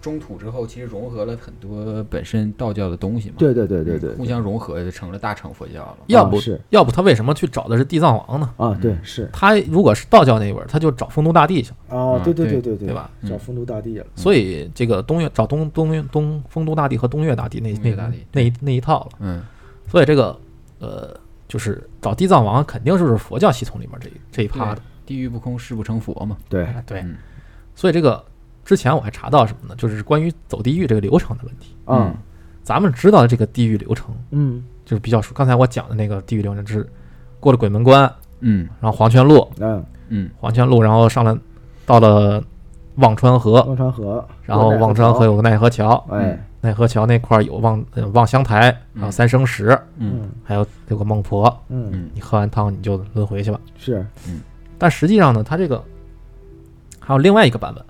Speaker 2: 中土之后，其实融合了很多本身道教的东西嘛，
Speaker 3: 对对对对对，
Speaker 2: 互相融合就成了大乘佛教了。
Speaker 1: 要不、
Speaker 3: 啊是
Speaker 1: 要不他为什么去找的是地藏王呢？
Speaker 3: 啊，对是
Speaker 1: 他如果是道教那一本，他就找丰都大帝去了，
Speaker 3: 啊，对对
Speaker 2: 对
Speaker 3: 对对
Speaker 1: 对吧？嗯
Speaker 3: 找丰都大帝了，
Speaker 1: 所以这个东岳找东东岳东丰都大帝和东岳大帝那
Speaker 2: 东
Speaker 1: 那
Speaker 2: 岳大帝
Speaker 1: 那一那一套了。
Speaker 2: 嗯，
Speaker 1: 所以这个呃，就是找地藏王肯定就是佛教系统里面这一这一趴的。哎
Speaker 2: 地狱不空，誓不成佛嘛。
Speaker 3: 对，
Speaker 1: 对
Speaker 2: 嗯
Speaker 1: 所以这个之前我还查到什么呢？就是关于走地狱这个流程的问题。
Speaker 3: 啊，
Speaker 1: 咱们知道的这个地狱流程，
Speaker 3: 嗯
Speaker 1: 就是比较熟。刚才我讲的那个地狱流程是过了鬼门关，
Speaker 2: 嗯
Speaker 1: 然后黄泉路，
Speaker 3: 嗯，
Speaker 2: 嗯
Speaker 1: 黄泉路，然后上了到了忘川河，
Speaker 3: 忘川河，
Speaker 1: 然后忘川河有个奈何桥，
Speaker 3: 哎，
Speaker 1: 奈何桥那块儿有望呃望乡台，还有三生石，
Speaker 2: 嗯
Speaker 3: 嗯
Speaker 1: 还有有个孟婆。
Speaker 3: 嗯
Speaker 2: 嗯
Speaker 1: 你喝完汤你就轮回去吧。
Speaker 3: 是
Speaker 1: 但实际上呢，它这个还有另外一个版本，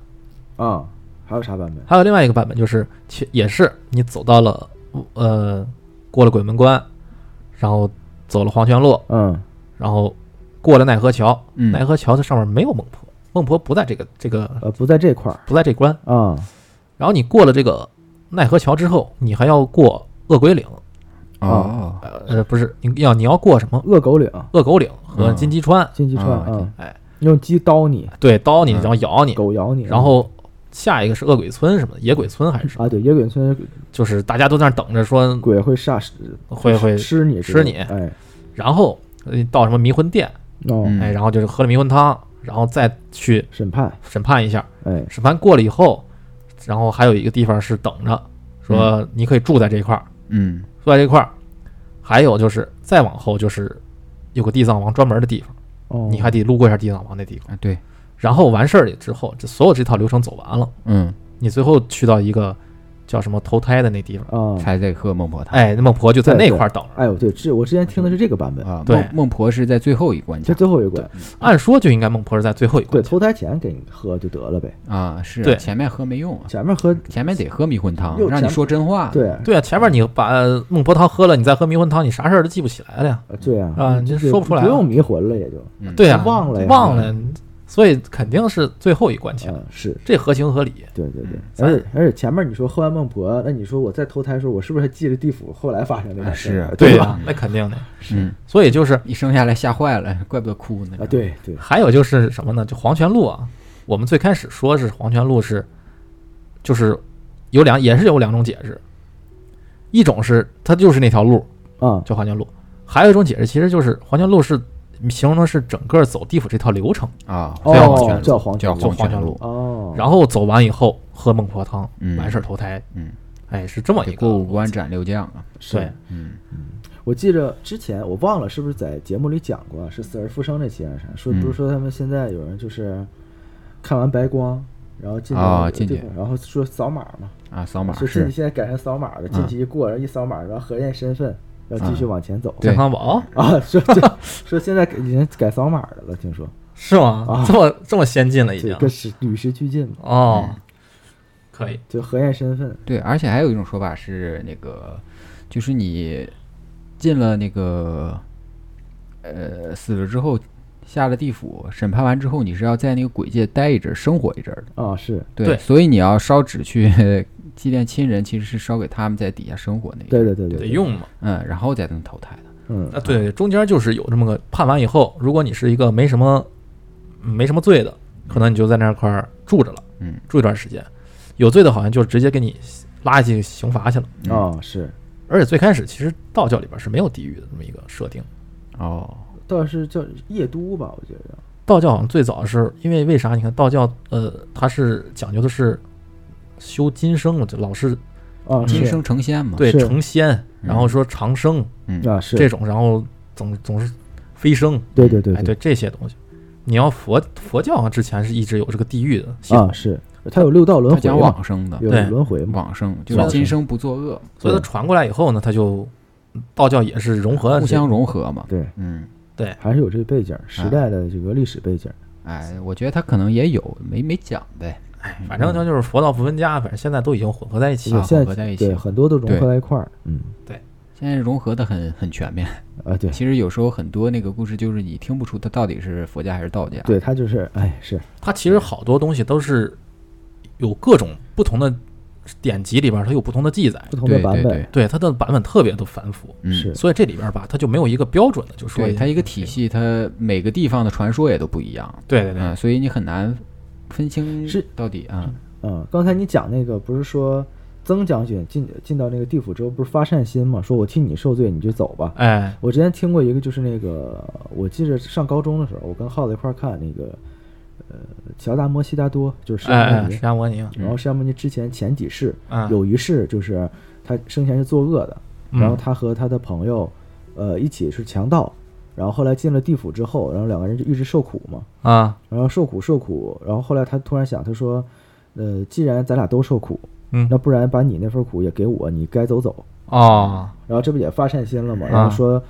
Speaker 3: 啊，还有啥版本？
Speaker 1: 还有另外一个版本就是，其也是你走到了呃过了鬼门关，然后走了黄泉路，
Speaker 3: 嗯
Speaker 1: 然后过了奈何桥，
Speaker 2: 嗯
Speaker 1: 奈何桥它上面没有孟婆，孟婆不在这个这个
Speaker 3: 呃，不在这块儿
Speaker 1: 不在这关。
Speaker 3: 啊
Speaker 1: 然后你过了这个奈何桥之后，你还要过恶鬼岭，
Speaker 2: 哦，
Speaker 1: 呃呃不是，你要你要过什么
Speaker 3: 恶狗岭、
Speaker 1: 恶狗岭和金鸡川，
Speaker 3: 金鸡川
Speaker 2: 啊
Speaker 3: 啊，
Speaker 1: 哎，
Speaker 3: 用鸡刀你，
Speaker 1: 对，刀你，
Speaker 2: 嗯
Speaker 1: 然后咬你，
Speaker 3: 狗咬你，
Speaker 1: 然后下一个是恶鬼村什么的，野鬼村还是什么，
Speaker 3: 啊，对，野鬼村
Speaker 1: 嗯就是大家都在那儿等着说
Speaker 3: 鬼会杀
Speaker 1: 会会
Speaker 3: 吃你
Speaker 1: 吃你
Speaker 3: 哎，
Speaker 1: 然后呃到什么迷魂殿，
Speaker 3: 哦，
Speaker 2: 嗯
Speaker 1: 哎，然后就是喝了迷魂汤，然后再去
Speaker 3: 审判，
Speaker 1: 审判一下，
Speaker 3: 哎，
Speaker 1: 审判过了以后，然后还有一个地方是等着，
Speaker 3: 嗯
Speaker 1: 说你可以住在这块儿，
Speaker 2: 嗯
Speaker 1: 住在这块儿，还有就是再往后就是有个地藏王专门的地方，
Speaker 3: 哦，
Speaker 1: 你还得路过一下地藏王那地方，
Speaker 2: 啊对，
Speaker 1: 然后完事儿了之后，这所有这套流程走完了，
Speaker 2: 嗯，
Speaker 1: 你最后去到一个叫什么投胎的那地方，
Speaker 3: 啊，
Speaker 2: 才得喝孟婆汤
Speaker 1: 哎，那孟婆就在那
Speaker 3: 对对
Speaker 1: 块儿等着，
Speaker 3: 哎，我对，这我之前听的是这个版本，
Speaker 2: 啊。
Speaker 1: 对
Speaker 2: 孟孟婆是在最后一关
Speaker 3: 这
Speaker 2: 卡
Speaker 3: 最后一关，
Speaker 1: 按说就应该孟婆是在最后一关
Speaker 3: 对，，投胎前给你喝就得了呗，
Speaker 2: 啊，是
Speaker 1: 对
Speaker 2: 前面喝没用啊，
Speaker 3: 前面喝，
Speaker 2: 前面得喝迷魂汤
Speaker 3: 又，
Speaker 2: 让你
Speaker 3: 前
Speaker 2: 说真话。
Speaker 3: 对
Speaker 1: 对啊，前面你把孟婆汤喝了，你再喝迷魂汤，你啥事儿都记不起来了呀。
Speaker 3: 呃对啊，
Speaker 1: 啊
Speaker 3: 就
Speaker 1: 这
Speaker 3: 是
Speaker 1: 说不出来
Speaker 3: 不
Speaker 1: 了
Speaker 3: 用迷魂了，也就，
Speaker 1: 对呀、
Speaker 3: 忘了呀
Speaker 1: 忘了，所以肯定是最后一关卡，
Speaker 3: 嗯，是。
Speaker 1: 这合情合理。
Speaker 3: 对对对，
Speaker 1: 咱
Speaker 3: 而且而且前面你说喝完孟婆，那你说我再投胎的时候，我是不是还记着地府后来发生的那
Speaker 2: 啊
Speaker 3: 事儿
Speaker 2: 是
Speaker 3: 对
Speaker 1: 呀、
Speaker 3: 吧？
Speaker 1: 那肯定的。
Speaker 2: 嗯，
Speaker 1: 所以就是
Speaker 2: 一生下来吓坏了，怪不得哭呢。
Speaker 3: 啊，对对，
Speaker 1: 还有就是什么呢？就黄泉路啊，我们最开始说是黄泉路是，就是有两也是有两种解释，一种是它就是那条路
Speaker 3: 啊
Speaker 1: 叫黄泉路，还有一种解释其实就是黄泉路是形容的是整个走地府这套流程，
Speaker 2: 啊，
Speaker 1: 叫黄泉
Speaker 3: 哦，
Speaker 1: 路
Speaker 3: 叫黄泉
Speaker 2: 叫
Speaker 3: 路
Speaker 1: 走黄
Speaker 2: 泉
Speaker 1: 泉
Speaker 2: 路
Speaker 1: 路，
Speaker 3: 哦，
Speaker 1: 然后走完以后喝孟婆汤，
Speaker 2: 嗯
Speaker 1: 完事儿投胎，
Speaker 2: 嗯，
Speaker 1: 哎，是这么一
Speaker 2: 得
Speaker 1: 个
Speaker 2: 过五关斩六将啊。
Speaker 3: 是
Speaker 1: 对，
Speaker 2: 嗯
Speaker 3: 我记着之前我忘了是不是在节目里讲过，是死而复生那期还是啥？说
Speaker 2: 嗯
Speaker 3: 不是说他们现在有人就是看完白光，然后进去
Speaker 2: 啊进去
Speaker 3: 然后说扫码嘛，
Speaker 2: 啊，扫码
Speaker 3: 说进去
Speaker 2: 是嗯
Speaker 3: 现在改成扫码的，进去一过，然后一扫码，然后核验身份，要继续往前走。
Speaker 1: 健
Speaker 2: 对
Speaker 1: 康宝
Speaker 3: 啊，说这说现在已经改扫码的了，听说
Speaker 1: 是吗？
Speaker 3: 啊
Speaker 1: 这么这么先进了已
Speaker 3: 这
Speaker 1: 经
Speaker 3: 跟嗯时与时俱进嘛，
Speaker 1: 哦，可以，
Speaker 3: 就核验身份
Speaker 2: 对，而且还有一种说法是那个，就是你进了那个呃死了之后。下了地府，审判完之后，你是要在那个鬼界待一阵儿，生活一阵儿的。
Speaker 3: 啊，是
Speaker 2: 对，
Speaker 1: 对
Speaker 2: 所以你要烧纸去 祭奠亲人，其实是烧给他们在底下生活那一阵
Speaker 3: 对
Speaker 2: 儿，
Speaker 3: 对对对
Speaker 1: 得
Speaker 3: 对，
Speaker 1: 用嘛。
Speaker 2: 嗯，然后才能投胎的。
Speaker 3: 嗯
Speaker 1: 啊，对，中间就是有这么个判完以后，如果你是一个没什么嗯没什么罪的，可能你就在那块儿住着了，
Speaker 2: 嗯，
Speaker 1: 住一段时间。有罪的，好像就直接给你拉进去刑罚去了。
Speaker 3: 啊是，
Speaker 1: 而且最开始其实道教里边是没有地狱的这么一个设定，
Speaker 2: 哦，
Speaker 3: 倒是叫夜都吧，我觉得
Speaker 1: 道教好像最早是因为为啥？你看道教，呃，它是讲究的是修今生嘛，就老是
Speaker 3: 啊，
Speaker 2: 今
Speaker 3: 是
Speaker 2: 生成仙嘛。嗯
Speaker 1: 对
Speaker 3: 是
Speaker 1: 成仙，然后说长生，
Speaker 3: 啊是
Speaker 1: 这种，然后总总是飞升，
Speaker 3: 对对对
Speaker 1: 哎，对这些东西。你要佛佛教好像之前是一直有这个地狱的系统，
Speaker 3: 啊，是它有六道轮
Speaker 2: 他
Speaker 3: 回
Speaker 2: 讲
Speaker 3: 嘛，
Speaker 2: 往生的，
Speaker 3: 有
Speaker 1: 对
Speaker 3: 轮回嘛，
Speaker 2: 往生就
Speaker 3: 往
Speaker 2: 是
Speaker 3: 生
Speaker 2: 今生不作恶，
Speaker 1: 所以它传过来以后呢，它就道教也是融合了
Speaker 2: 互
Speaker 1: 这个
Speaker 2: 相融合嘛。
Speaker 3: 对，
Speaker 2: 嗯，
Speaker 1: 对，
Speaker 3: 还是有这个背景儿，时
Speaker 2: 哎
Speaker 3: 代的这个历史背景儿。
Speaker 2: 哎，我觉得他可能也有，没没讲呗。
Speaker 1: 哎，反正它就是佛道不分家，反正现在都已经混合在一起
Speaker 3: 对
Speaker 1: 了。
Speaker 2: 啊
Speaker 3: 现
Speaker 2: 混合在
Speaker 3: 在
Speaker 2: 一起
Speaker 3: 对很多都融合在一块儿，嗯
Speaker 2: 现在融合的很很全面。
Speaker 3: 啊，对
Speaker 2: 其实有时候很多那个故事，就是你听不出它到底是佛家还是道家。
Speaker 3: 对，它就是哎是
Speaker 1: 它其实好多东西都是有各种不同的典籍里边儿它有不同的记载，
Speaker 3: 不同的版
Speaker 4: 对
Speaker 3: 本
Speaker 4: 对
Speaker 1: 对它的版本特别的繁复，
Speaker 4: 嗯，
Speaker 3: 是
Speaker 1: 所以这里边儿吧，它就没有一个标准的，就说
Speaker 2: 对
Speaker 1: 一
Speaker 2: 它一个体系，它每个地方的传说也都不一样，
Speaker 1: 对对对，
Speaker 2: 嗯，所以你很难分清
Speaker 3: 是
Speaker 2: 到底啊。
Speaker 3: 嗯，刚才你讲那个不是说曾将军进进到那个地府之后，不是发善心嘛，说我替你受罪，你就走吧。
Speaker 1: 哎，
Speaker 3: 我之前听过一个，就是那个我记着上高中的时候，我跟浩子一块儿看那个，呃，乔达摩悉达多，就是释
Speaker 1: 哎
Speaker 3: 迦牟
Speaker 1: 哎，
Speaker 3: 尼
Speaker 1: 释。迦摩尼啊，
Speaker 3: 然后释迦牟尼之前前几世
Speaker 1: 嗯
Speaker 3: 有一世就是他生前是作恶的，
Speaker 1: 嗯
Speaker 3: 然后他和他的朋友，呃，一起是强盗，然后后来进了地府之后，然后两个人就一直受苦嘛，
Speaker 1: 啊，
Speaker 3: 然后受苦受苦，然后后来他突然想，他说，呃，既然咱俩都受苦，
Speaker 1: 嗯
Speaker 3: 那不然把你那份苦也给我，你该走走。
Speaker 1: 哦，
Speaker 3: 然后这不也发善心了吗？
Speaker 1: 啊
Speaker 3: 然后说，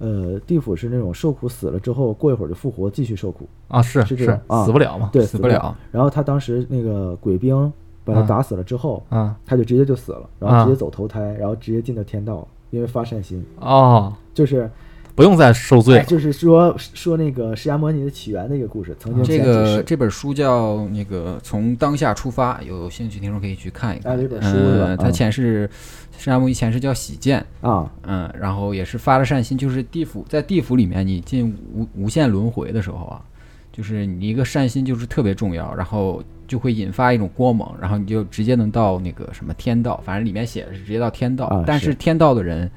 Speaker 3: 呃，地府是那种受苦死了之后，过一会儿就复活，继续受苦，
Speaker 1: 啊，是
Speaker 3: 是
Speaker 1: 是
Speaker 3: 这样啊
Speaker 1: 死不了嘛，
Speaker 3: 对，
Speaker 2: 死
Speaker 3: 死
Speaker 2: 不了。
Speaker 3: 然后他当时那个鬼兵把他
Speaker 1: 啊
Speaker 3: 打死了之后，
Speaker 1: 啊，
Speaker 3: 他就直接就死了，然后
Speaker 1: 啊
Speaker 3: 直接走投胎，然后直接进到天道，因为发善心，
Speaker 1: 哦，
Speaker 3: 就是
Speaker 1: 不用再受罪
Speaker 3: 哎
Speaker 1: 了，
Speaker 3: 就是说说那个释迦摩尼的起源的一个故事，曾经
Speaker 2: 啊这
Speaker 3: 前几
Speaker 2: 个
Speaker 3: 世
Speaker 2: 这本书叫那个从当下出发，有兴趣听众可以去看一看。
Speaker 3: 啊有一本书是吧
Speaker 2: 嗯，它
Speaker 3: 嗯
Speaker 2: 前世释迦牟尼前世叫喜见，
Speaker 3: 啊，
Speaker 2: 嗯，然后也是发了善心，就是地府在地府里面，你进无无限轮回的时候啊，就是你一个善心就是特别重要，然后就会引发一种光芒，然后你就直接能到那个什么天道，反正里面写的是直接到天道，
Speaker 3: 啊
Speaker 2: 但
Speaker 3: 是
Speaker 2: 是天道的人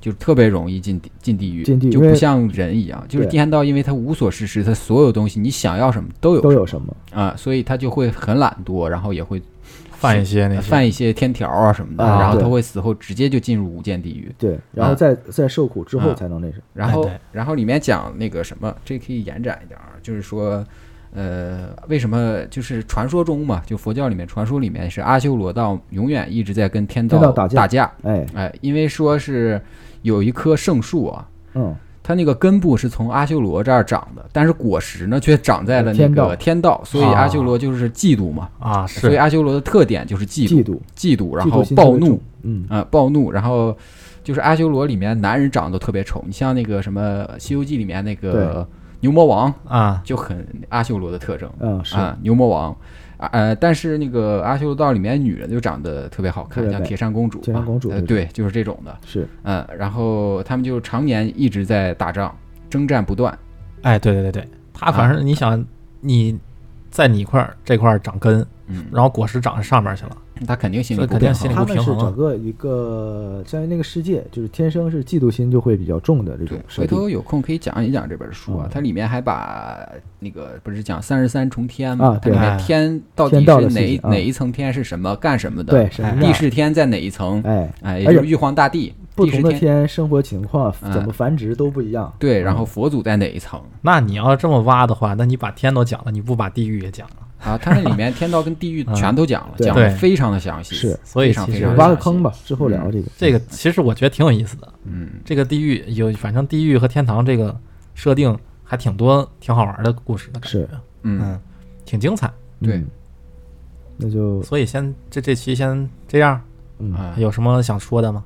Speaker 2: 就特别容易进地进地狱，
Speaker 3: 进地狱
Speaker 2: 就
Speaker 3: 因
Speaker 2: 不
Speaker 3: 为
Speaker 2: 像人一样，就是
Speaker 3: 对
Speaker 2: 天道因为他无所事事，他所有东西你想要什么都有
Speaker 3: 都有什么？
Speaker 2: 啊、所以他就会很懒惰，然后也会
Speaker 1: 犯一些那些，
Speaker 2: 犯一些天条啊什么的，
Speaker 3: 啊
Speaker 2: 然后他
Speaker 3: 对
Speaker 2: 会死后直接就进入无间地狱。
Speaker 3: 对，然后
Speaker 2: 啊
Speaker 3: 再再受苦之后
Speaker 2: 啊
Speaker 3: 才能那什么。
Speaker 2: 然后
Speaker 1: 哎对，
Speaker 2: 然后里面讲那个什么，这可以延展一点儿，就是说，呃，为什么就是传说中嘛，就佛教里面传说里面是阿修罗道永远一直在跟天
Speaker 3: 天道
Speaker 2: 道
Speaker 3: 打架哎，
Speaker 2: 哎，因为说是有一棵圣树啊，
Speaker 3: 嗯，
Speaker 2: 它那个根部是从阿修罗这儿长的，但是果实呢却长在了那
Speaker 3: 天道
Speaker 2: 个天道，所以
Speaker 1: 啊
Speaker 2: 阿修罗就是嫉妒嘛，
Speaker 1: 啊，
Speaker 2: 所以
Speaker 1: 是
Speaker 2: 阿修罗的特点就是嫉
Speaker 3: 嫉
Speaker 2: 妒，
Speaker 3: 妒，
Speaker 2: 嫉妒，然
Speaker 3: 嫉妒
Speaker 2: 后
Speaker 3: 心特
Speaker 2: 暴
Speaker 3: 别
Speaker 2: 怒
Speaker 3: 重，嗯，
Speaker 2: 啊、暴怒，然后就是阿修罗里面男人长得都特别丑，你像那个什么《西游记》里面那
Speaker 3: 对
Speaker 2: 个牛魔王
Speaker 1: 啊，
Speaker 2: 就很阿修罗的特征
Speaker 3: 嗯是
Speaker 2: 啊，牛魔王啊呃，但是那个阿修罗道里面女人就长得特别好看，
Speaker 3: 特别
Speaker 2: 像
Speaker 3: 美
Speaker 2: 铁扇公主吧，
Speaker 3: 铁扇公主
Speaker 2: 呃
Speaker 3: 那
Speaker 2: 对，就是这种的，
Speaker 3: 是
Speaker 2: 嗯、然后他们就常年一直在打仗，征战不断，
Speaker 1: 哎，对对对对，他反
Speaker 2: 啊
Speaker 1: 正你想你。在你块儿这块儿长根，
Speaker 2: 嗯，
Speaker 1: 然后果实长上面去了，
Speaker 2: 他肯定心
Speaker 1: 这
Speaker 2: 里不
Speaker 1: 肯定
Speaker 2: 平
Speaker 1: 心里
Speaker 2: 衡，
Speaker 3: 他
Speaker 1: 不
Speaker 3: 们
Speaker 1: 平
Speaker 3: 是
Speaker 1: 衡啊
Speaker 3: 整个一个相当于那个世界，就是天生是嫉妒心就会比较重的这种
Speaker 2: 对，
Speaker 3: 设
Speaker 2: 回头
Speaker 3: 定
Speaker 2: 有空可以讲一讲这本书啊
Speaker 3: 嗯，
Speaker 2: 它里面还把那个不是讲三十三重天嘛
Speaker 3: 啊，
Speaker 2: 它
Speaker 3: 对
Speaker 2: 里
Speaker 1: 哎
Speaker 2: 面天到底
Speaker 3: 天道的
Speaker 2: 是哪一
Speaker 3: 事情啊
Speaker 2: 哪一层天是什么干什么的，
Speaker 3: 对，，神
Speaker 1: 哎
Speaker 2: 地
Speaker 3: 庙，
Speaker 2: 势天在哪一层，
Speaker 3: 哎，
Speaker 2: 哎，也
Speaker 3: 而且
Speaker 2: 就是玉皇大帝，
Speaker 3: 不
Speaker 2: 地势
Speaker 3: 同的
Speaker 2: 天，
Speaker 3: 天嗯生活情况
Speaker 2: 嗯
Speaker 3: 怎么繁殖都不一样，
Speaker 2: 对，然后佛祖在哪一层
Speaker 1: 那你要这么挖的话，那你把天都讲了，你不把地狱也讲了，
Speaker 2: 啊？它那里面天道跟地狱
Speaker 1: 嗯
Speaker 2: 全都讲了，
Speaker 3: 对
Speaker 2: 讲的
Speaker 1: 对
Speaker 2: 非常的详细，
Speaker 3: 是
Speaker 1: 所以
Speaker 2: 非常
Speaker 1: 其
Speaker 2: 非
Speaker 1: 实
Speaker 2: 常
Speaker 1: 嗯
Speaker 2: 地
Speaker 3: 挖个
Speaker 2: 详细
Speaker 3: 坑吧，，之后聊这个。
Speaker 1: 这个其实我觉得挺有意思的。
Speaker 2: 嗯，
Speaker 1: 这个地狱有，反正地狱和天堂这个设定还挺多，挺好玩的故事的感觉
Speaker 3: 是，
Speaker 2: 嗯，
Speaker 1: 嗯，挺精彩。
Speaker 2: 对
Speaker 3: 嗯，那就
Speaker 1: 所以先这这期先这样，
Speaker 3: 嗯，
Speaker 2: 啊，
Speaker 1: 有什么想说的吗？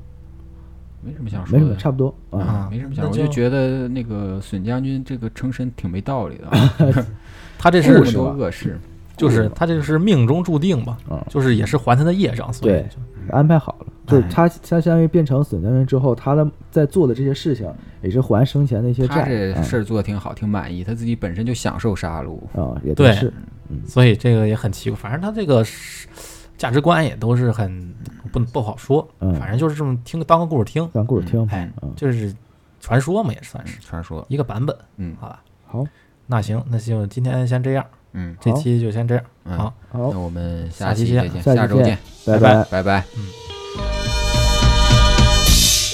Speaker 2: 没什么想说
Speaker 3: 没什么，
Speaker 2: 的。
Speaker 3: 差不多啊。
Speaker 2: 啊，没什么想
Speaker 1: 那
Speaker 2: 说，我
Speaker 1: 就
Speaker 2: 就觉得那个笋将军这个成神挺没道 理的，啊
Speaker 1: 他这
Speaker 2: 这
Speaker 1: 是
Speaker 2: 么多恶事，
Speaker 1: 就是他这是命中注定嘛
Speaker 3: 嗯，
Speaker 1: 就是也是还他的业障，所以
Speaker 3: 对
Speaker 1: 就
Speaker 3: 安排好了，就是
Speaker 1: 哎
Speaker 3: 他他相当于变成损将军之后，他的在做的这些事情也是还生前的一些
Speaker 2: 他
Speaker 3: 债
Speaker 2: 这
Speaker 3: 啊
Speaker 2: 事儿做的挺好，挺满意，他自己本身就享受杀戮。
Speaker 3: 啊，也都
Speaker 1: 对
Speaker 3: 是
Speaker 1: 所以这个也很奇怪。反正他这个是价值观也都是很不不好说，
Speaker 3: 嗯
Speaker 1: 反正就是这么听当个故事听，
Speaker 3: 让故事听吧
Speaker 1: 哎
Speaker 3: 嗯，
Speaker 1: 就是传说嘛，也算是
Speaker 2: 传说，
Speaker 1: 一个版本，
Speaker 2: 嗯
Speaker 1: 好吧。
Speaker 3: 好，
Speaker 1: 那行，那就今天先这样，
Speaker 2: 嗯
Speaker 1: 这
Speaker 3: 好
Speaker 1: 期就先这样，
Speaker 2: 嗯，
Speaker 1: 好，
Speaker 3: 好
Speaker 2: 那，我们
Speaker 1: 下
Speaker 2: 下
Speaker 1: 期
Speaker 2: 期
Speaker 1: 见
Speaker 2: 再见，
Speaker 3: 下期
Speaker 2: 下周
Speaker 3: 见
Speaker 2: 见，
Speaker 3: 拜
Speaker 1: 拜
Speaker 3: 拜。
Speaker 2: 拜拜。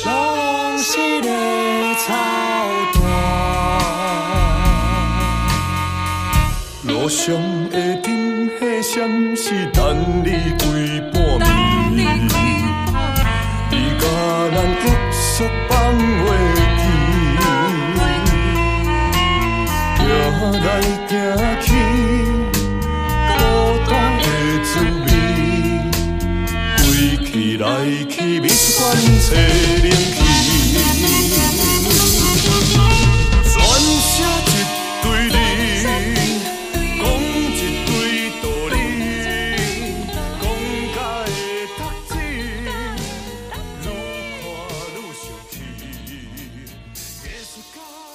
Speaker 5: 拢是咧操蛋。路上的灯火闪是等你规半暝，你甲咱约束放袂记，行来行去，孤单的滋味。归去来去，美术馆找冷气。全写一堆字，讲一堆道理，か